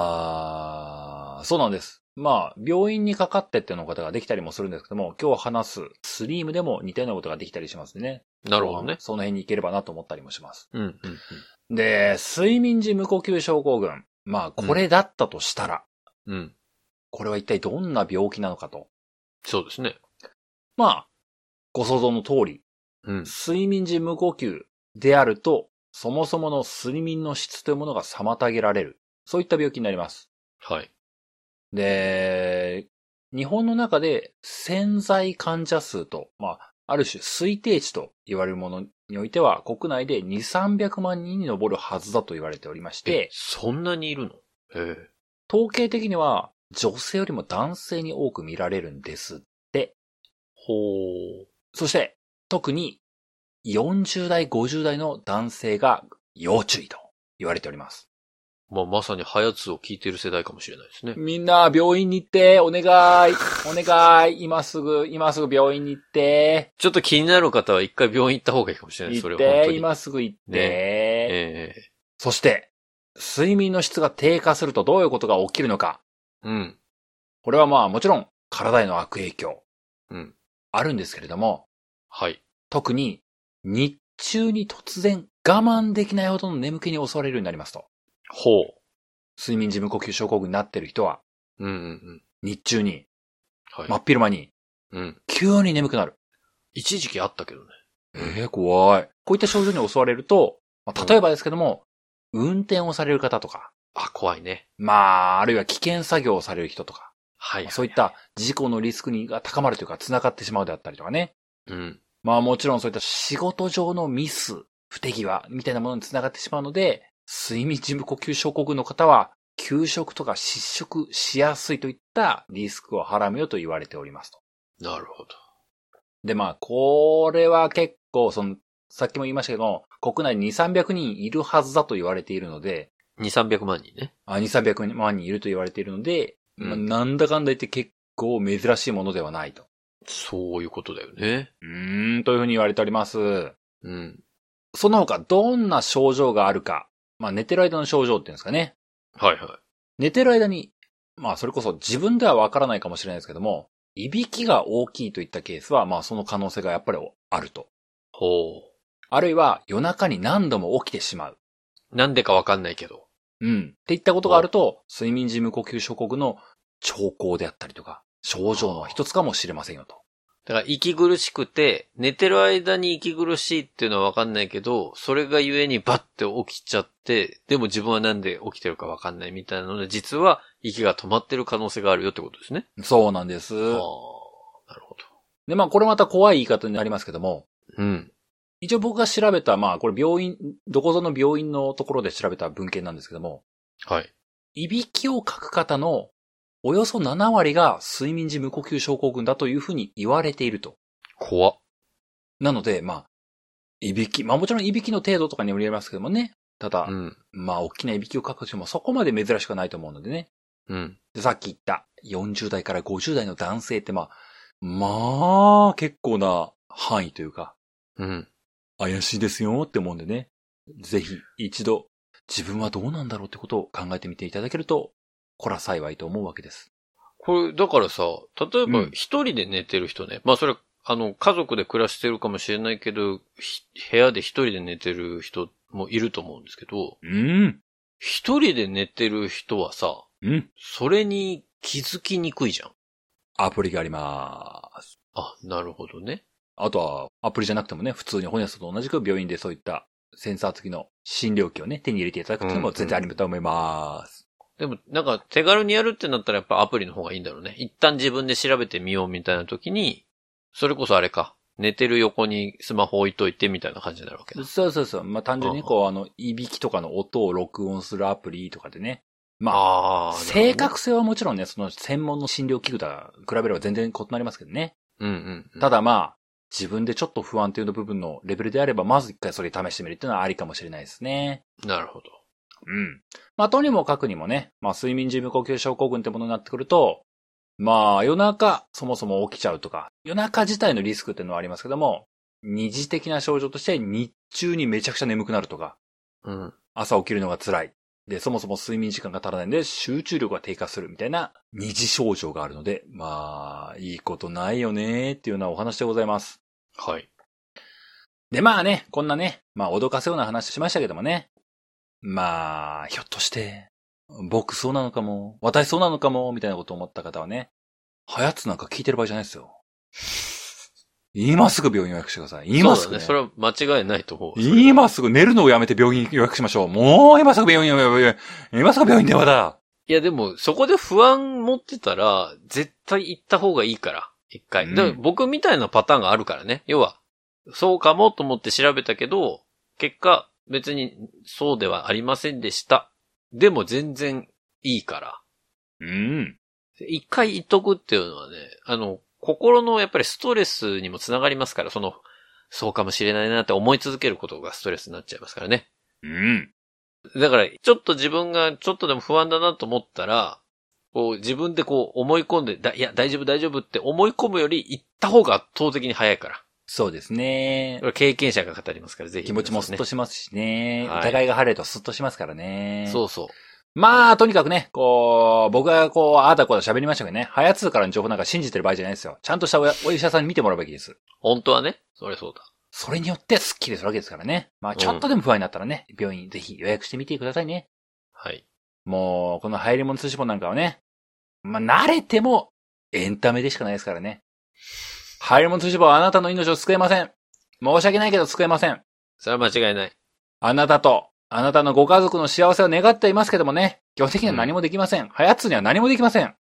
Speaker 2: まあ、そうなんです。まあ、病院にかかってっていうのことができたりもするんですけども、今日話すスリームでも似たようなことができたりしますね。
Speaker 1: なるほどね。
Speaker 2: その辺に行ければなと思ったりもします。
Speaker 1: うん、うん、うん。
Speaker 2: で、睡眠時無呼吸症候群。まあ、これだったとしたら、
Speaker 1: うん。
Speaker 2: これは一体どんな病気なのかと。
Speaker 1: そうですね。
Speaker 2: まあ、ご想像の通り、
Speaker 1: うん。
Speaker 2: 睡眠時無呼吸であると、そもそもの睡眠の質というものが妨げられる。そういった病気になります。
Speaker 1: はい。
Speaker 2: で、日本の中で潜在患者数と、まあ、ある種推定値と言われるものにおいては、国内で2、300万人に上るはずだと言われておりまし
Speaker 1: え
Speaker 2: て、
Speaker 1: そんなにいるのへえ。
Speaker 2: 統計的には女性よりも男性に多く見られるんです。
Speaker 1: ほう。
Speaker 2: そして、特に40代、50代の男性が要注意と言われております。
Speaker 1: まあ、まさにハヤツを聞いてる世代かもしれないですね。
Speaker 2: みんな、病院に行って、お願い、お願い、今すぐ、今すぐ病院に行って、
Speaker 1: ちょっと気になる方は一回病院行った方がいいかもしれない。それ
Speaker 2: 行っ
Speaker 1: は本当
Speaker 2: て、
Speaker 1: に。
Speaker 2: 今すぐ行って、
Speaker 1: ねええ
Speaker 2: そして、睡眠の質が低下するとどういうことが起きるのか。
Speaker 1: うん。
Speaker 2: これはまあもちろん、体への悪影響。
Speaker 1: うん
Speaker 2: あるんですけれども、
Speaker 1: はい。
Speaker 2: 特に、日中に突然我慢できないほどの眠気に襲われるようになりますと。
Speaker 1: ほう。
Speaker 2: 睡眠時無呼吸症候群になってる人は、
Speaker 1: うんうんうん。
Speaker 2: 日中に、
Speaker 1: はい。
Speaker 2: 真っ昼間に、
Speaker 1: うん。
Speaker 2: 急に眠くなる。
Speaker 1: 一時期あったけどね。
Speaker 2: ええ怖い。こういった症状に襲われると、まあ、例えばですけども、運転をされる方とか、
Speaker 1: あ、怖いね。
Speaker 2: まあ、あるいは危険作業をされる人とか、
Speaker 1: はい、
Speaker 2: まあそういった事故のリスクにが高まるというか、繋がってしまうであったりとかね。
Speaker 1: うん。
Speaker 2: まあもちろんそういった仕事上のミス、不手際みたいなものに繋がってしまうので、睡眠時無呼吸症候群の方は、休食とか失職しやすいといったリスクをはらむよと言われておりますと。
Speaker 1: なるほど。
Speaker 2: で、まあ、これは結構、その、さっきも言いましたけど、国内に2、300人いるはずだと言われているので、
Speaker 1: 2、300万人ね。
Speaker 2: あ2、300万人いると言われているので、
Speaker 1: うん
Speaker 2: まあなんだかんだ言って結構珍しいものではないと。
Speaker 1: そういうことだよね。
Speaker 2: うーん、というふうに言われております。
Speaker 1: うん。
Speaker 2: その他、どんな症状があるか。まあ、寝てる間の症状っていうんですかね。
Speaker 1: はいは
Speaker 2: 寝てる間に、まあ、それこそ自分ではわからないかもしれないですけども、いびきが大きいといったケースは、まあ、その可能性がやっぱりあると。
Speaker 1: い。ほ
Speaker 2: あるいは、夜中に何度も起きてしまう。
Speaker 1: う。なんでかわかんないけど。
Speaker 2: うん。っていったことがあると、睡眠時無呼吸症候群の兆候であったりとか、症状の一つかもしれませんよと。
Speaker 1: だから、息苦しくて、寝てる間に息苦しいっていうのはわかんないけど、それがゆえにバッて起きちゃって、でも自分はなんで起きてるかわかんないみたいなので、実は息が止まってる可能性があるよってことですね。
Speaker 2: そうなんです。
Speaker 1: ああ、なるほ
Speaker 2: で、まあこれまた怖い言い方になりますけども、
Speaker 1: ど。うん。
Speaker 2: 一応僕が調べた、まあこれ病院、どこぞの病院のところで調べた文献なんですけども、
Speaker 1: はい。
Speaker 2: いびきをかく方のおよそ7割が睡眠時無呼吸症候群だというふうに言われていると。
Speaker 1: 怖っ。
Speaker 2: なので、まあ、いびき、まあもちろんいびきの程度とかにもよりますけどもね、ただ、
Speaker 1: うん。
Speaker 2: まあ大きないびきをかく人もそこまで珍しくはないと思うのでね、
Speaker 1: うん。
Speaker 2: で、さっき言った40代から50代の男性ってまあ、まあ、結構な範囲というか、
Speaker 1: うん。
Speaker 2: 怪しいですよって思うんでね。ぜひ一度自分はどうなんだろうってことを考えてみていただけると、こら幸いと思うわけです。
Speaker 1: これ、だからさ、例え
Speaker 2: う
Speaker 1: ば
Speaker 2: ん
Speaker 1: 一人で寝てる人ね。まあそれ、あの、家族で暮らしてるかもしれないけど、ひ部屋で一人で寝てる人もいると思うんですけど、
Speaker 2: うん。
Speaker 1: 一人で寝てる人はさ、
Speaker 2: うん。
Speaker 1: それに気づきにくいじゃん。
Speaker 2: アプリがあります。
Speaker 1: あ、なるほどね。
Speaker 2: あとは、アプリじゃなくてもね、普通に本屋さんと同じく病院でそういったセンサー付きの診療器をね、手に入れていただくっていうのも全然ありだと思います。
Speaker 1: でも、なんか手軽にやるってなったらやっぱアプリの方がいいんだろうね。一旦自分で調べてみようみたいな時に、それこそあれか。寝てる横にスマホ置いといてみたいな感じになるわけだ。
Speaker 2: そうそうそう。まあ、単純にこう、あの、いびきとかの音を録音するアプリとかでね、まあ、
Speaker 1: ああ。
Speaker 2: 正確性はもちろんね、その専門の診療器具とは比べれば全然異なりますけどね。
Speaker 1: なるほどね。うんうん。
Speaker 2: た、だまあ、自分でちょっと不安定の部分のレベルであれば、まず一回それ試してみるっていうのはありかもしれないですね。
Speaker 1: なるほど。
Speaker 2: うん。まあ、とにもかくにもね、まあ、睡眠時無呼吸症候群ってものになってくると、まあ、夜中、そもそも起きちゃうとか、夜中自体のリスクっていうのはありますけども、二次的な症状として日中にめちゃくちゃ眠くなるとか、
Speaker 1: うん。
Speaker 2: 朝起きるのが辛い。で、そもそも睡眠時間が足らないんで、集中力が低下するみたいな二次症状があるので、まあ、いいことないよねーっていうようなお話でございます。
Speaker 1: はい。
Speaker 2: で、まあね、こんなね、まあ脅かすような話しましたけどもね。まあ、ひょっとして、僕そうなのかも、私そうなのかも、みたいなこと思った方はね、はやつなんか聞いてる場合じゃないですよ。今すぐ病院予約してください。今す
Speaker 1: そう
Speaker 2: ぐ、
Speaker 1: だ
Speaker 2: ね
Speaker 1: ね。それは間違いないと思う。
Speaker 2: 今すぐ寝るのをやめて病院予約しましょう。もう今すぐ病院予約、今すぐ病院電話だ。
Speaker 1: いやでも、そこで不安持ってたら、絶対行った方がいいから。一回。
Speaker 2: うん
Speaker 1: だから僕みたいなパターンがあるからね。要は、そうかもと思って調べたけど、結果、別にそうではありませんでした。でも全然いいから。
Speaker 2: うん。
Speaker 1: 一回言っとくっていうのはね、あの、心のやっぱりストレスにもつながりますから、その、そうかもしれないなって思い続けることがストレスになっちゃいますからね。
Speaker 2: うん。
Speaker 1: だから、ちょっと自分がちょっとでも不安だなと思ったら、こう自分でこう思い込んで、だいや、大丈夫大丈夫って思い込むより行った方が圧倒的に早いから。
Speaker 2: そうです
Speaker 1: こ
Speaker 2: ね。
Speaker 1: れ経験者が語りますから、ぜひ。
Speaker 2: 気持ちもスッと
Speaker 1: し
Speaker 2: しますしね。
Speaker 1: はい
Speaker 2: 疑いが晴れるとスッとしますからね。
Speaker 1: そうそう。
Speaker 2: まあ、とにかくね、こう、僕がこう、ああだこうだ喋りましたけどね、ハヤツーからの情報なんか信じてる場合じゃないですよ。ちゃんとしたおやお医者さんに見てもらうべきです。
Speaker 1: 本当はね。それそうだ。
Speaker 2: それによってスッキリするわけですからね。まあ、ちょっとでも不安になったらね、病院ぜひ予約してみてくださいね。
Speaker 1: はい。
Speaker 2: もう、この入り物通信簿なんかはね、まあ、慣れてもエンタメでしかないですからね。入り物通信簿はあなたの命を救えません。申し訳ないけど救えません。
Speaker 1: それは間違いない。
Speaker 2: あなたと、あなたのご家族の幸せを願っていますけどもね、基本的には何もできません。ハヤツーには何もできません。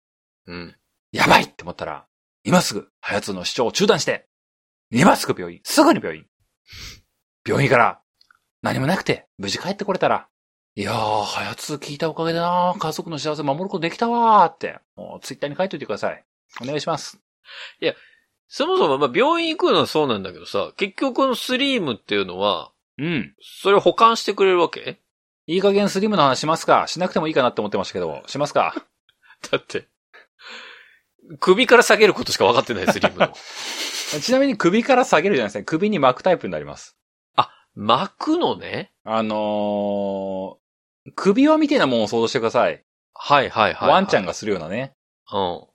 Speaker 1: うん。
Speaker 2: やばいって思ったら、今すぐ、ハヤツの主張を中断して、今すぐ病院、すぐに病院。病院から、何もなくて、無事帰ってこれたら、いやー、ハヤツ聞いたおかげでな家族の幸せ守ることできたわーって、もうツイッターに書いといてください。お願いします。
Speaker 1: そもそも、まあ、病院行くのはそうなんだけどさ、結局このスリームっていうのは、
Speaker 2: うん。
Speaker 1: それを保管してくれるわけ
Speaker 2: いい加減スリムの話しますかしなくてもいいかなって思ってましたけど、しますか
Speaker 1: だって、首から下げることしか分かってない、スリーム の。
Speaker 2: ちなみに首から下げるじゃないですね。首に巻くタイプになります。
Speaker 1: 巻くのね
Speaker 2: あのー、首輪みたいなもんを想像してください。
Speaker 1: はいはいはい、はい。
Speaker 2: ワンちゃん
Speaker 1: が。
Speaker 2: がするようなね。
Speaker 1: うん。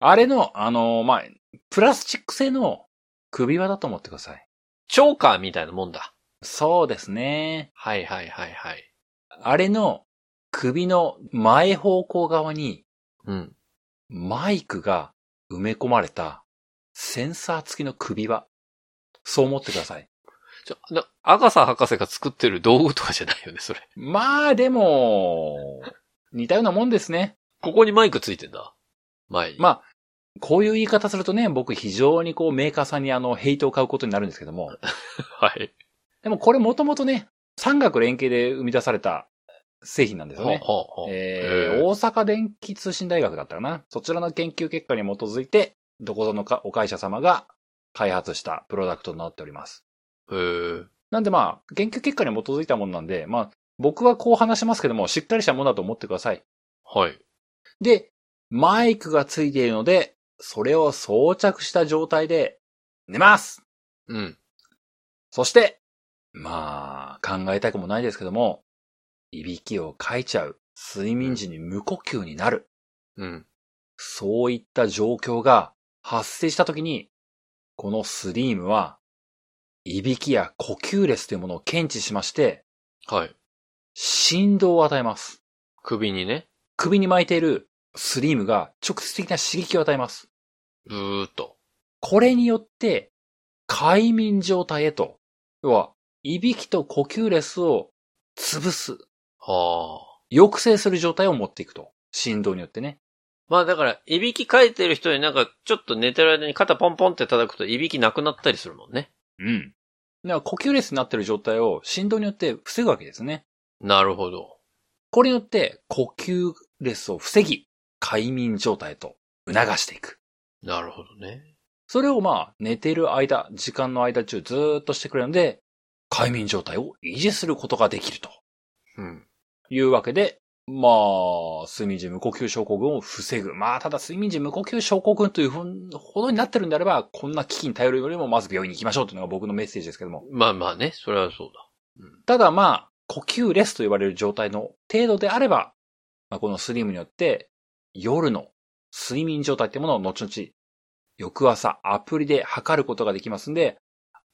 Speaker 2: あれの、あのまあ、プラスチック製の首輪だと思ってください。
Speaker 1: チョーカーみたいなもんだ。
Speaker 2: そうですね。
Speaker 1: はいはいはいはい。
Speaker 2: あれの首の前方向側に
Speaker 1: うん。
Speaker 2: マイクが埋め込まれたセンサー付きの首輪。そう思ってください。
Speaker 1: ちょ、な、アガサ博士が作ってる道具とかじゃないよね、それ。
Speaker 2: まあでも、似たようなもんですね。
Speaker 1: ここにマイクついてんだ。前に。
Speaker 2: まあ、こういう言い方するとね、僕非常にこうメーカーさんにあのヘイトを買うことになるんですけども。
Speaker 1: はい。
Speaker 2: でもこれもともとね、産学連携で生み出された製品なんですよね。
Speaker 1: ほうほうほう
Speaker 2: えー
Speaker 1: へー
Speaker 2: 大阪電気通信大学だったかな。そちらの研究結果に基づいて、どこぞのかお会社様が開発したプロダクトになっております。
Speaker 1: へー
Speaker 2: なんでまあ、研究結果に基づいたもんなんで、まあ、僕はこう話しますけども、しっかりしたものだと思ってください。
Speaker 1: はい。
Speaker 2: で、マイクがついているので、それを装着した状態で寝ます
Speaker 1: うん。
Speaker 2: そして、まあ、考えたくもないですけども、いびきをかいちゃう、睡眠時に無呼吸になる、
Speaker 1: うん。
Speaker 2: そういった状況が発生した時に、このスリームは、いびきや呼吸レスというものを検知しまして、
Speaker 1: はい。
Speaker 2: 振動を与えます。
Speaker 1: 首にね、
Speaker 2: 首に巻いているスリームが直接的な刺激を与えます。
Speaker 1: ブーっと。
Speaker 2: これによって、快眠状態へと、要は、いびきと呼吸レスを潰す、
Speaker 1: はあ。
Speaker 2: 抑制する状態を持っていくと。振動によってね。
Speaker 1: まあだから、いびきかいてる人になんか、ちょっと寝てる間に肩ポンポンって叩くと、いびきなくなったりするもんね。
Speaker 2: うん。だから呼吸レスになってる状態を振動によって防ぐわけですね。
Speaker 1: なるほど。
Speaker 2: これによって呼吸レスを防ぎ、快眠状態へと促していく。
Speaker 1: なるほどね。
Speaker 2: それをまあ、寝てる間、時間の間中ずーっとしてくれるので、快眠状態を維持することができると
Speaker 1: うん。
Speaker 2: いうわけで、まあ、睡眠時無呼吸症候群を防ぐ。まあ、ただ睡眠時無呼吸症候群というふうほどになってるんであれば、こんな危機に頼るよりもまず病院に行きましょうというのが僕のメッセージですけども。
Speaker 1: まあまあね、それはそうだ。
Speaker 2: ただまあ、呼吸レスと言われる状態の程度であれば、まあ、このスリムによって、夜の睡眠状態ってものを後々、翌朝アプリで測ることができますんで、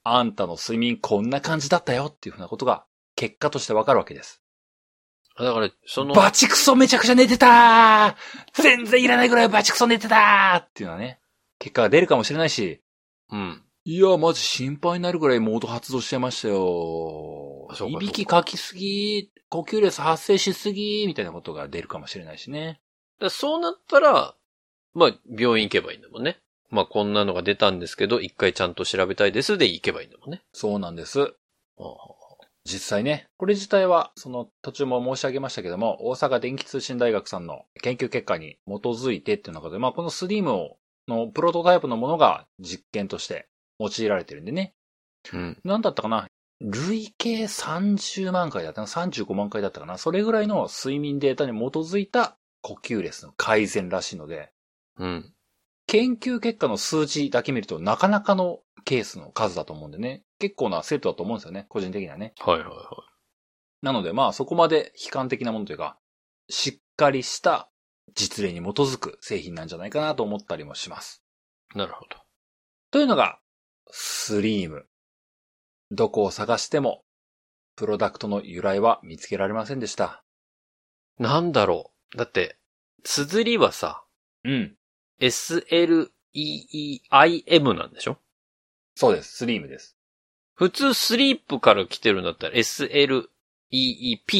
Speaker 2: あんたの睡眠こんな感じだったよっていうふうなことが、結果としてわかるわけです。
Speaker 1: あだから、その、
Speaker 2: バチクソめちゃくちゃ寝てたー全然いらないぐらいバチクソ寝てたーっていうのはね、結果が出るかもしれないし、
Speaker 1: うん。
Speaker 2: いや、マジ心配になるぐらいモード発動しちゃいましたよ
Speaker 1: あそう。か
Speaker 2: いびきかきすぎ、呼吸レス発生しすぎ、みたいなことが出るかもしれないしね。
Speaker 1: だからそうなったら、まあ、病院行けばいいんだもんね。まあ、こんなのが出たんですけど、一回ちゃんと調べたいですで行けばいいんだもんね。
Speaker 2: そうなんです。
Speaker 1: ああ
Speaker 2: 実際ね、これ自体は、その途中も申し上げましたけども、大阪電気通信大学さんの研究結果に基づいてっていう中で、まあこのスリームを、のプロトタイプのものが実験として用いられてるんでね。
Speaker 1: うん。
Speaker 2: なんだったかな累計30万回だったかな ?35 万回だったかなそれぐらいの睡眠データに基づいた呼吸レスの改善らしいので、
Speaker 1: うん。
Speaker 2: 研究結果の数字だけ見るとなかなかのケースの数だと思うんでね。結構な生徒だと思うんですよね。個人的にはね。
Speaker 1: はいはいは
Speaker 2: なのでまあそこまで悲観的なものというか、しっかりした実例に基づく製品なんじゃないかなと思ったりもします。
Speaker 1: い。なるほど。
Speaker 2: というのが、スリーム。どこを探しても、プロダクトの由来は見つけられませんでした。
Speaker 1: なんだろう。だって、綴りはさ、
Speaker 2: うん。
Speaker 1: S-L-E-E-I-M なんでしょ
Speaker 2: そうです。スリームです。
Speaker 1: 普通スリープから来てるんだったら SLEEP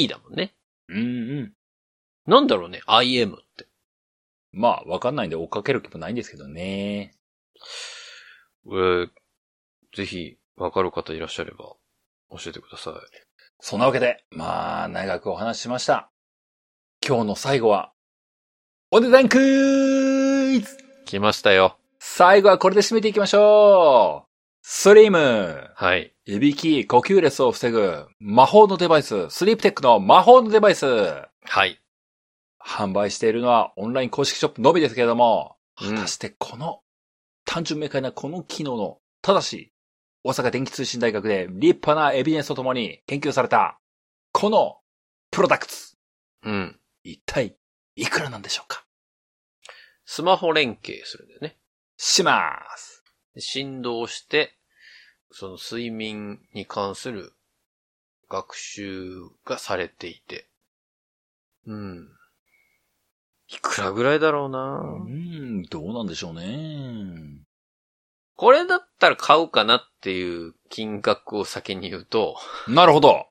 Speaker 1: だもんね。
Speaker 2: うんうん。
Speaker 1: なんだろうね、IM って。
Speaker 2: まあ、わかんないんで追っかける気もないんですけどね。
Speaker 1: えー、ぜひ、わかる方いらっしゃれば、教えてください。
Speaker 2: そんなわけで、まあ、長くお話ししました。今日の最後は、お値段クイズ
Speaker 1: 来ましたよ。
Speaker 2: 最後はこれで締めていきましょうスリーム
Speaker 1: はい。
Speaker 2: いびき、呼吸レスを防ぐ、魔法のデバイス、スリープテックの魔法のデバイス
Speaker 1: はい。
Speaker 2: 販売しているのはオンライン公式ショップのみですけれども、
Speaker 1: うん
Speaker 2: 果たしてこの単純明快なこの機能の、ただし、大阪電気通信大学で立派なエビデンスとともに研究された、このプロダクツ、
Speaker 1: うん。
Speaker 2: 一体いくらなんでしょうか
Speaker 1: スマホ連携するんだよね。
Speaker 2: します。
Speaker 1: で振動して、その睡眠に関する学習がされていて。うん。いくらぐらいだろうな、
Speaker 2: うん、どうなんでしょうね。
Speaker 1: これだったら買うかなっていう金額を先に言うと、
Speaker 2: なるほど。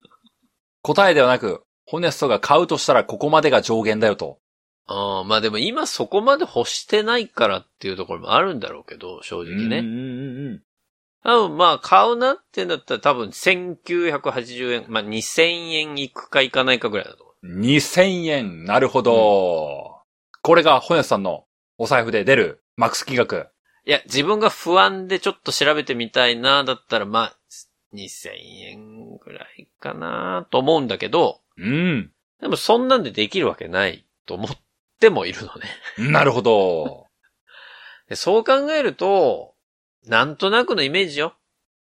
Speaker 2: 答えではなく、ホネストが買うとしたらここまでが上限だよと。
Speaker 1: あーまあでも今そこまで欲してないからっていうところもあるんだろうけど、正直
Speaker 2: うん
Speaker 1: ね。
Speaker 2: うんうんうん。
Speaker 1: 多分まあ買うなってんだったら多分1980円、まあ2000円いくかいかないかぐらいだと思
Speaker 2: 2000円。なるほど。これが本屋さんのお財布で出るマックス金額。
Speaker 1: う。いや、自分が不安でちょっと調べてみたいな、だったらまあ2000円ぐらいかなと思うんだけど、
Speaker 2: うん。
Speaker 1: でもそんなんでできるわけないと思ってもいるのね。
Speaker 2: なるほど。
Speaker 1: でそう考えると、なんとなくのイメージよ。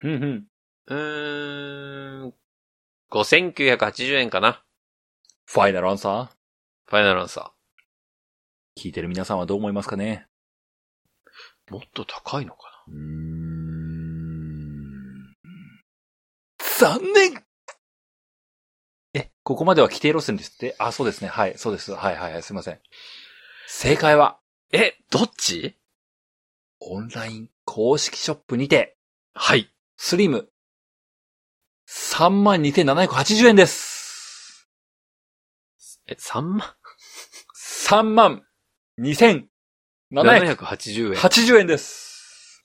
Speaker 2: うんうん。
Speaker 1: うーん、5980円かな。
Speaker 2: ファイナルアンサ
Speaker 1: ファイナルアンサ
Speaker 2: ー聞いてる皆さんはどう思いますかね
Speaker 1: ー。もっと高いのか
Speaker 2: うーん。残念え、ここまでは規定路線ですってあ、そうですね。はい、そうです。はいはいはい、すいません。正解は、
Speaker 1: なえ、どっち
Speaker 2: オンライン公式ショップにて、
Speaker 1: はい。
Speaker 2: スリム、32,780円です。
Speaker 1: え、3万
Speaker 2: 32,780
Speaker 1: ?780 円。
Speaker 2: 円です。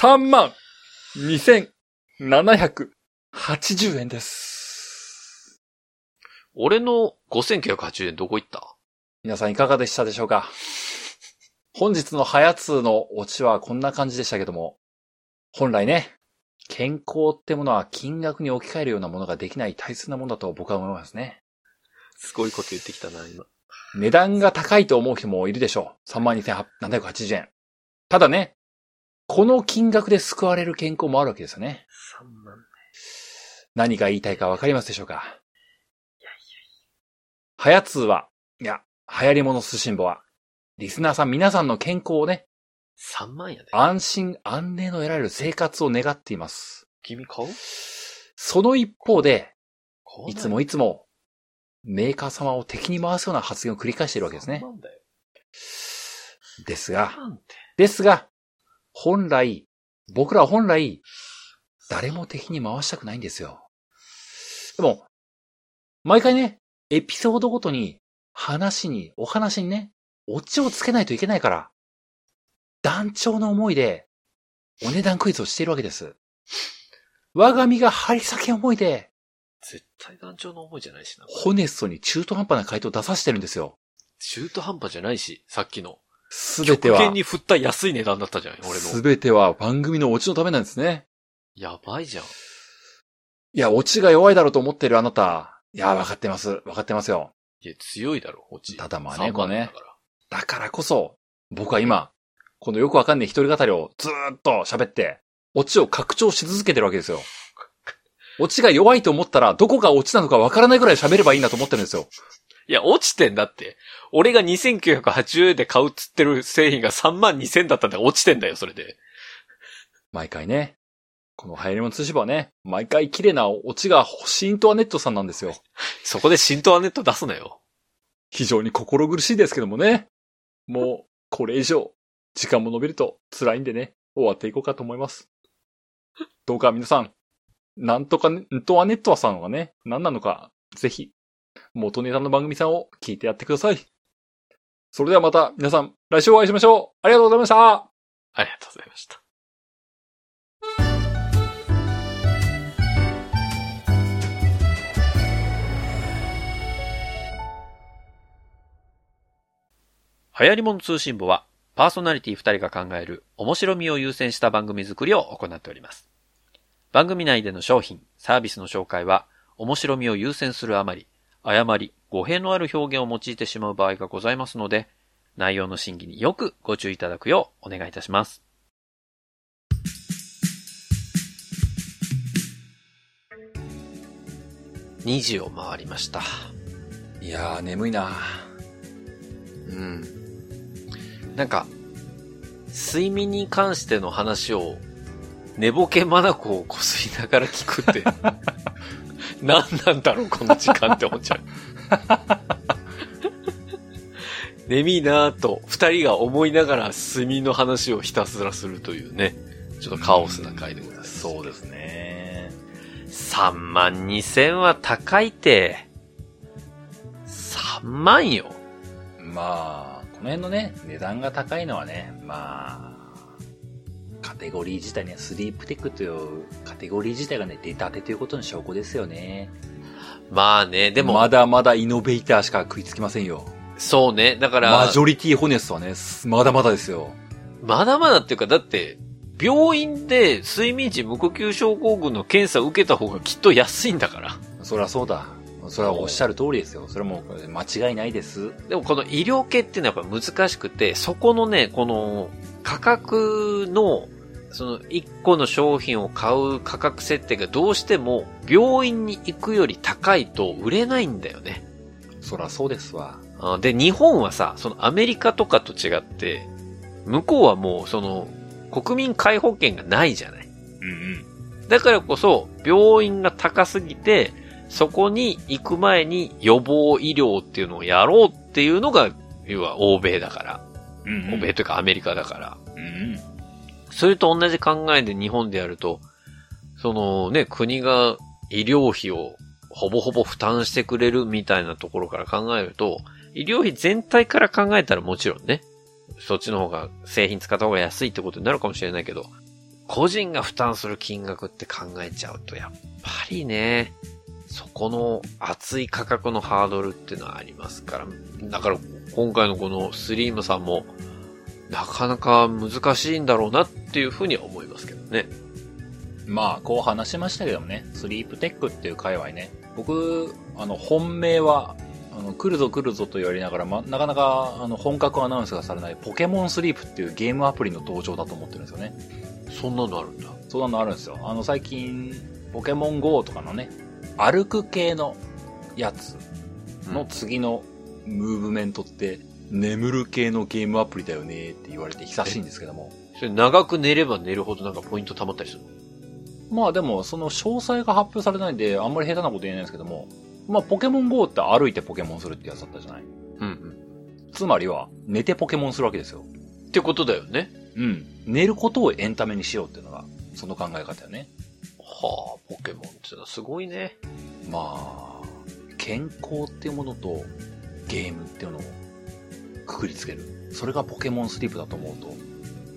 Speaker 2: 32,780円です。
Speaker 1: 俺の5980円どこ行った
Speaker 2: 皆さんいかがでしたでしょうか本日のハヤツーのオチはこんな感じでしたけども、本来ね、健康ってものは金額に置き換えるようなものができない大切なものだと僕は思いますね。
Speaker 1: すごいこと言ってきたな、今。
Speaker 2: 値段が高いと思う人もいるでしょう。32,780円。ただね、この金額で救われる健康もあるわけですよね。
Speaker 1: 3万。
Speaker 2: 何が言いたいかわかりますでしょうかはやつーは、いや、流行り物寿司んぼは、リスナーさん皆さんの健康をね、
Speaker 1: 3万やで。
Speaker 2: 安心安寧の得られる生活を願っています。
Speaker 1: 君買う
Speaker 2: その一方で、
Speaker 1: 買
Speaker 2: いつもいつも、メーカー様を敵に回すような発言を繰り返しているわけですね
Speaker 1: 3。万だよ。
Speaker 2: です
Speaker 1: 3
Speaker 2: が、
Speaker 1: 万って。
Speaker 2: ですが、本来、僕らは本来、誰も敵に回したくないんですよ。でも、毎回ね、エピソードごとに、話に、お話にね、オチをつけないといけないから、団長の思いで、お値段クイズをしているわけです。我が身が張り裂け思いで、
Speaker 1: 絶対団長の思いじゃないしな。
Speaker 2: ホネストに中途半端な回答を出させてるんですよ。
Speaker 1: 中途半端じゃないし、さっきの。
Speaker 2: すべては
Speaker 1: 極、限に振った安い値段だったじゃん、俺
Speaker 2: す
Speaker 1: の。
Speaker 2: べては番組のオチのためなんですね。
Speaker 1: やばいじゃん。
Speaker 2: いや、オチが弱いだろうと思ってるあなた。いや、わかってます。わかってますよ。
Speaker 1: いや、強いだろ、落ち。
Speaker 2: ただまあね
Speaker 1: 3万だから
Speaker 2: だからこそ、僕は今、このよくわかんない一人語りをずーっと喋って、オチを拡張し続けてるわけですよ。オチが弱いと思ったら、どこがオチなのかわからないくらい喋ればいいなと思ってるんですよ。
Speaker 1: いや、落ちてんだって。俺が2980円で買うっつってる製品が3万2000だったんだから落ちてんだよ、それで。
Speaker 2: 毎回ね。この流行り物通し場はね、毎回綺麗なオチが欲しいイントワネットさんなんですよ。
Speaker 1: そこで新東アネット出すなよ。
Speaker 2: 非常に心苦しいですけどもね。もう、これ以上、時間も伸びると辛いんでね、終わっていこうかと思います。どうか皆さん、なんとかね、んとはネットワさんがね、何なのか、ぜひ、元ネタの番組さんを聞いてやってください。それではまた皆さん、来週お会いしましょうありがとうございました
Speaker 1: ありがとうございました。流行り物通信簿は、パーソナリティ2人が考える面白みを優先した番組作りを行っております。番組内での商品、サービスの紹介は、面白みを優先するあまり、誤り、語弊のある表現を用いてしまう場合がございますので、内容の審議によくご注意いただくようお願いいたします。2時を回りました。
Speaker 2: いやー、眠いな
Speaker 1: うん。なんか、睡眠に関しての話を、寝ぼけまなこをこすりながら聞 くって、何なんだろう、この時間って思っ ちゃう。眠いなぁと、二人が思いながら睡眠の話をひたすらするというね、ちょっとカオスな回でございます。
Speaker 2: そうですね。
Speaker 1: 3万2000は高いて。3万よ。
Speaker 2: まあ、この辺のね、値段が高いのはね、まあ、カテゴリー自体ね、スリープテックというカテゴリー自体がね、出たてということの証拠ですよね。
Speaker 1: まあね、で
Speaker 2: で
Speaker 1: も、
Speaker 2: も、まだまだイノベーターしか食いつきませんよ。
Speaker 1: そうね、だから、
Speaker 2: マジョリティホネストはね、すまだまだですよ。
Speaker 1: まだまだっていうか、だって、病院で睡眠時無呼吸症候群の検査を受けた方がきっと安いんだから。
Speaker 2: そりゃそうだ。それはおっしゃる通りですよ。それはもう間違いないです。
Speaker 1: でもこの医療系っていうのはやっぱ難しくて、そこのね、この価格の、その1個の商品を買う価格設定がどうしても病院に行くより高いと売れないんだよね。
Speaker 2: そりゃそうですわ。
Speaker 1: あで、日本はさ、そのアメリカとかと違って、向こうはもうその、国民皆保険がないじゃない。
Speaker 2: うんうん。
Speaker 1: だからこそ、病院が高すぎて、そこに行く前に予防医療っていうのをやろうっていうのが、要は欧米だから。
Speaker 2: うん
Speaker 1: 欧米というかアメリカだから。
Speaker 2: うん。
Speaker 1: それと同じ考えで日本でやると、そのね、国が医療費をほぼほぼ負担してくれるみたいなところから考えると、医療費全体から考えたらもちろんね、そっちの方が製品使った方が安いってことになるかもしれないけど、個人が負担する金額って考えちゃうと、やっぱりね、そこの熱い価格のハードルっていうのはありますから。だから今回のこのスリームさんも、なかなか難しいんだろうなっていうふうには思いますけどね。
Speaker 2: まあ、こう話しましたけどもね、スリープテックっていう界隈ね、僕、あの、本命は、あの、来るぞ来るぞと言われながら、ま、なかなか、あの、本格アナウンスがされない、ポケモンスリープっていうゲームアプリの登場だと思ってるんですよね。
Speaker 1: そんなのあるんだ。
Speaker 2: そうなのあるんですよ。あの、最近、ポケモン GO とかのね、歩く系のやつの次のムーブメントって、眠る系のゲームアプリだよねって言われて久しいんですけども。
Speaker 1: それ長く寝れば寝るほどなんかポイント溜まったりするの
Speaker 2: まあでも、その詳細が発表されないんで、あんまり下手なこと言えないんですけども、まあポケモン GO って歩いてポケモンするってやつだったじゃない
Speaker 1: うん
Speaker 2: つまりは、寝てポケモンするわけですよ。
Speaker 1: うん。ってことだよね。
Speaker 2: うん。寝ることをエンタメにしようっていうのが、その考え方よね。
Speaker 1: はあ、ポケモンってのはすごいね。
Speaker 2: まあ、健康っていうものと、ゲームっていうのを、くくりつける。それがポケモンスリープだと思うと、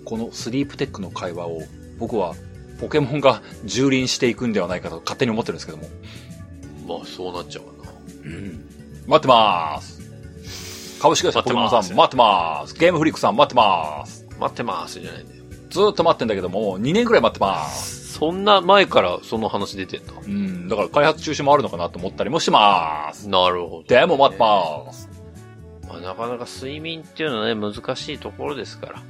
Speaker 2: このスリープテックの会話を、僕は、ポケモンが蹂躙していくんではないかと勝手に思ってるんですけども。
Speaker 1: まあそうなっちゃうかな。
Speaker 2: うん待ってまーす。株式会社ポケモンさん待
Speaker 1: 待
Speaker 2: ってまーす。ゲームフリックさん待ってまーす。
Speaker 1: 待ってますじゃないんだよ。
Speaker 2: ずーっと待ってんだけども、2年ぐらい待ってまーす。
Speaker 1: そんな前からその話出てんだ。
Speaker 2: うん、だから開発中止もあるのかなと思ったりもしまーす。
Speaker 1: なるほど、
Speaker 2: でも待ってまーす。
Speaker 1: まあ、なかなか睡眠っていうのはね、難しいところですから。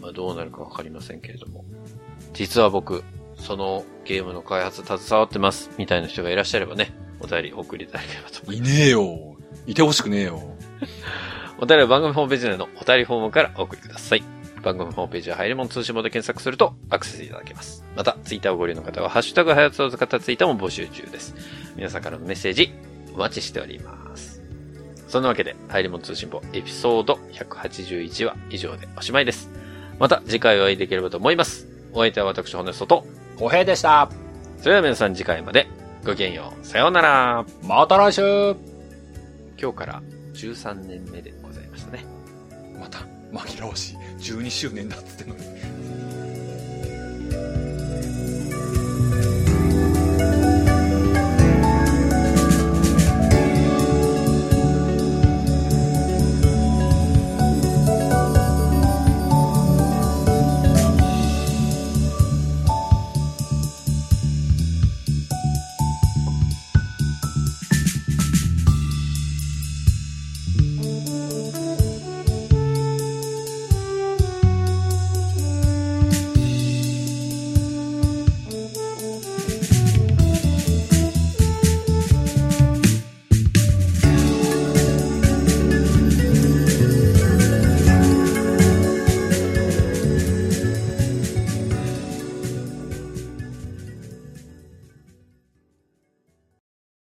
Speaker 1: まあ、どうなるかわかりませんけれども。実は僕、そのゲームの開発携わってます、みたいな人がいらっしゃればね、お便り送りいただければと思い
Speaker 2: い
Speaker 1: ます。
Speaker 2: ねえよ。いてほしくねえよ。
Speaker 1: お便りは番組ホームページ内のお便りフォームからお送りください。番組ホームページは入り物通信簿で検索するとアクセスいただけます。また、ツイッターをご利用の方は、ハッシュタグはやつを使ったツイートも募集中です。皆さんからのメッセージ、お待ちしております。そんなわけで、入り物通信簿エピソード181は以上でおしまいです。また次回お会いできればと思います。お相手は私、ホネストと、
Speaker 2: 小平でした。
Speaker 1: それでは皆さん次回まで、ごきげんよう、さようなら。
Speaker 2: また来週
Speaker 1: 今日から13年目でございましたね。
Speaker 2: また、紛らわしい。12周年だっつってんのに。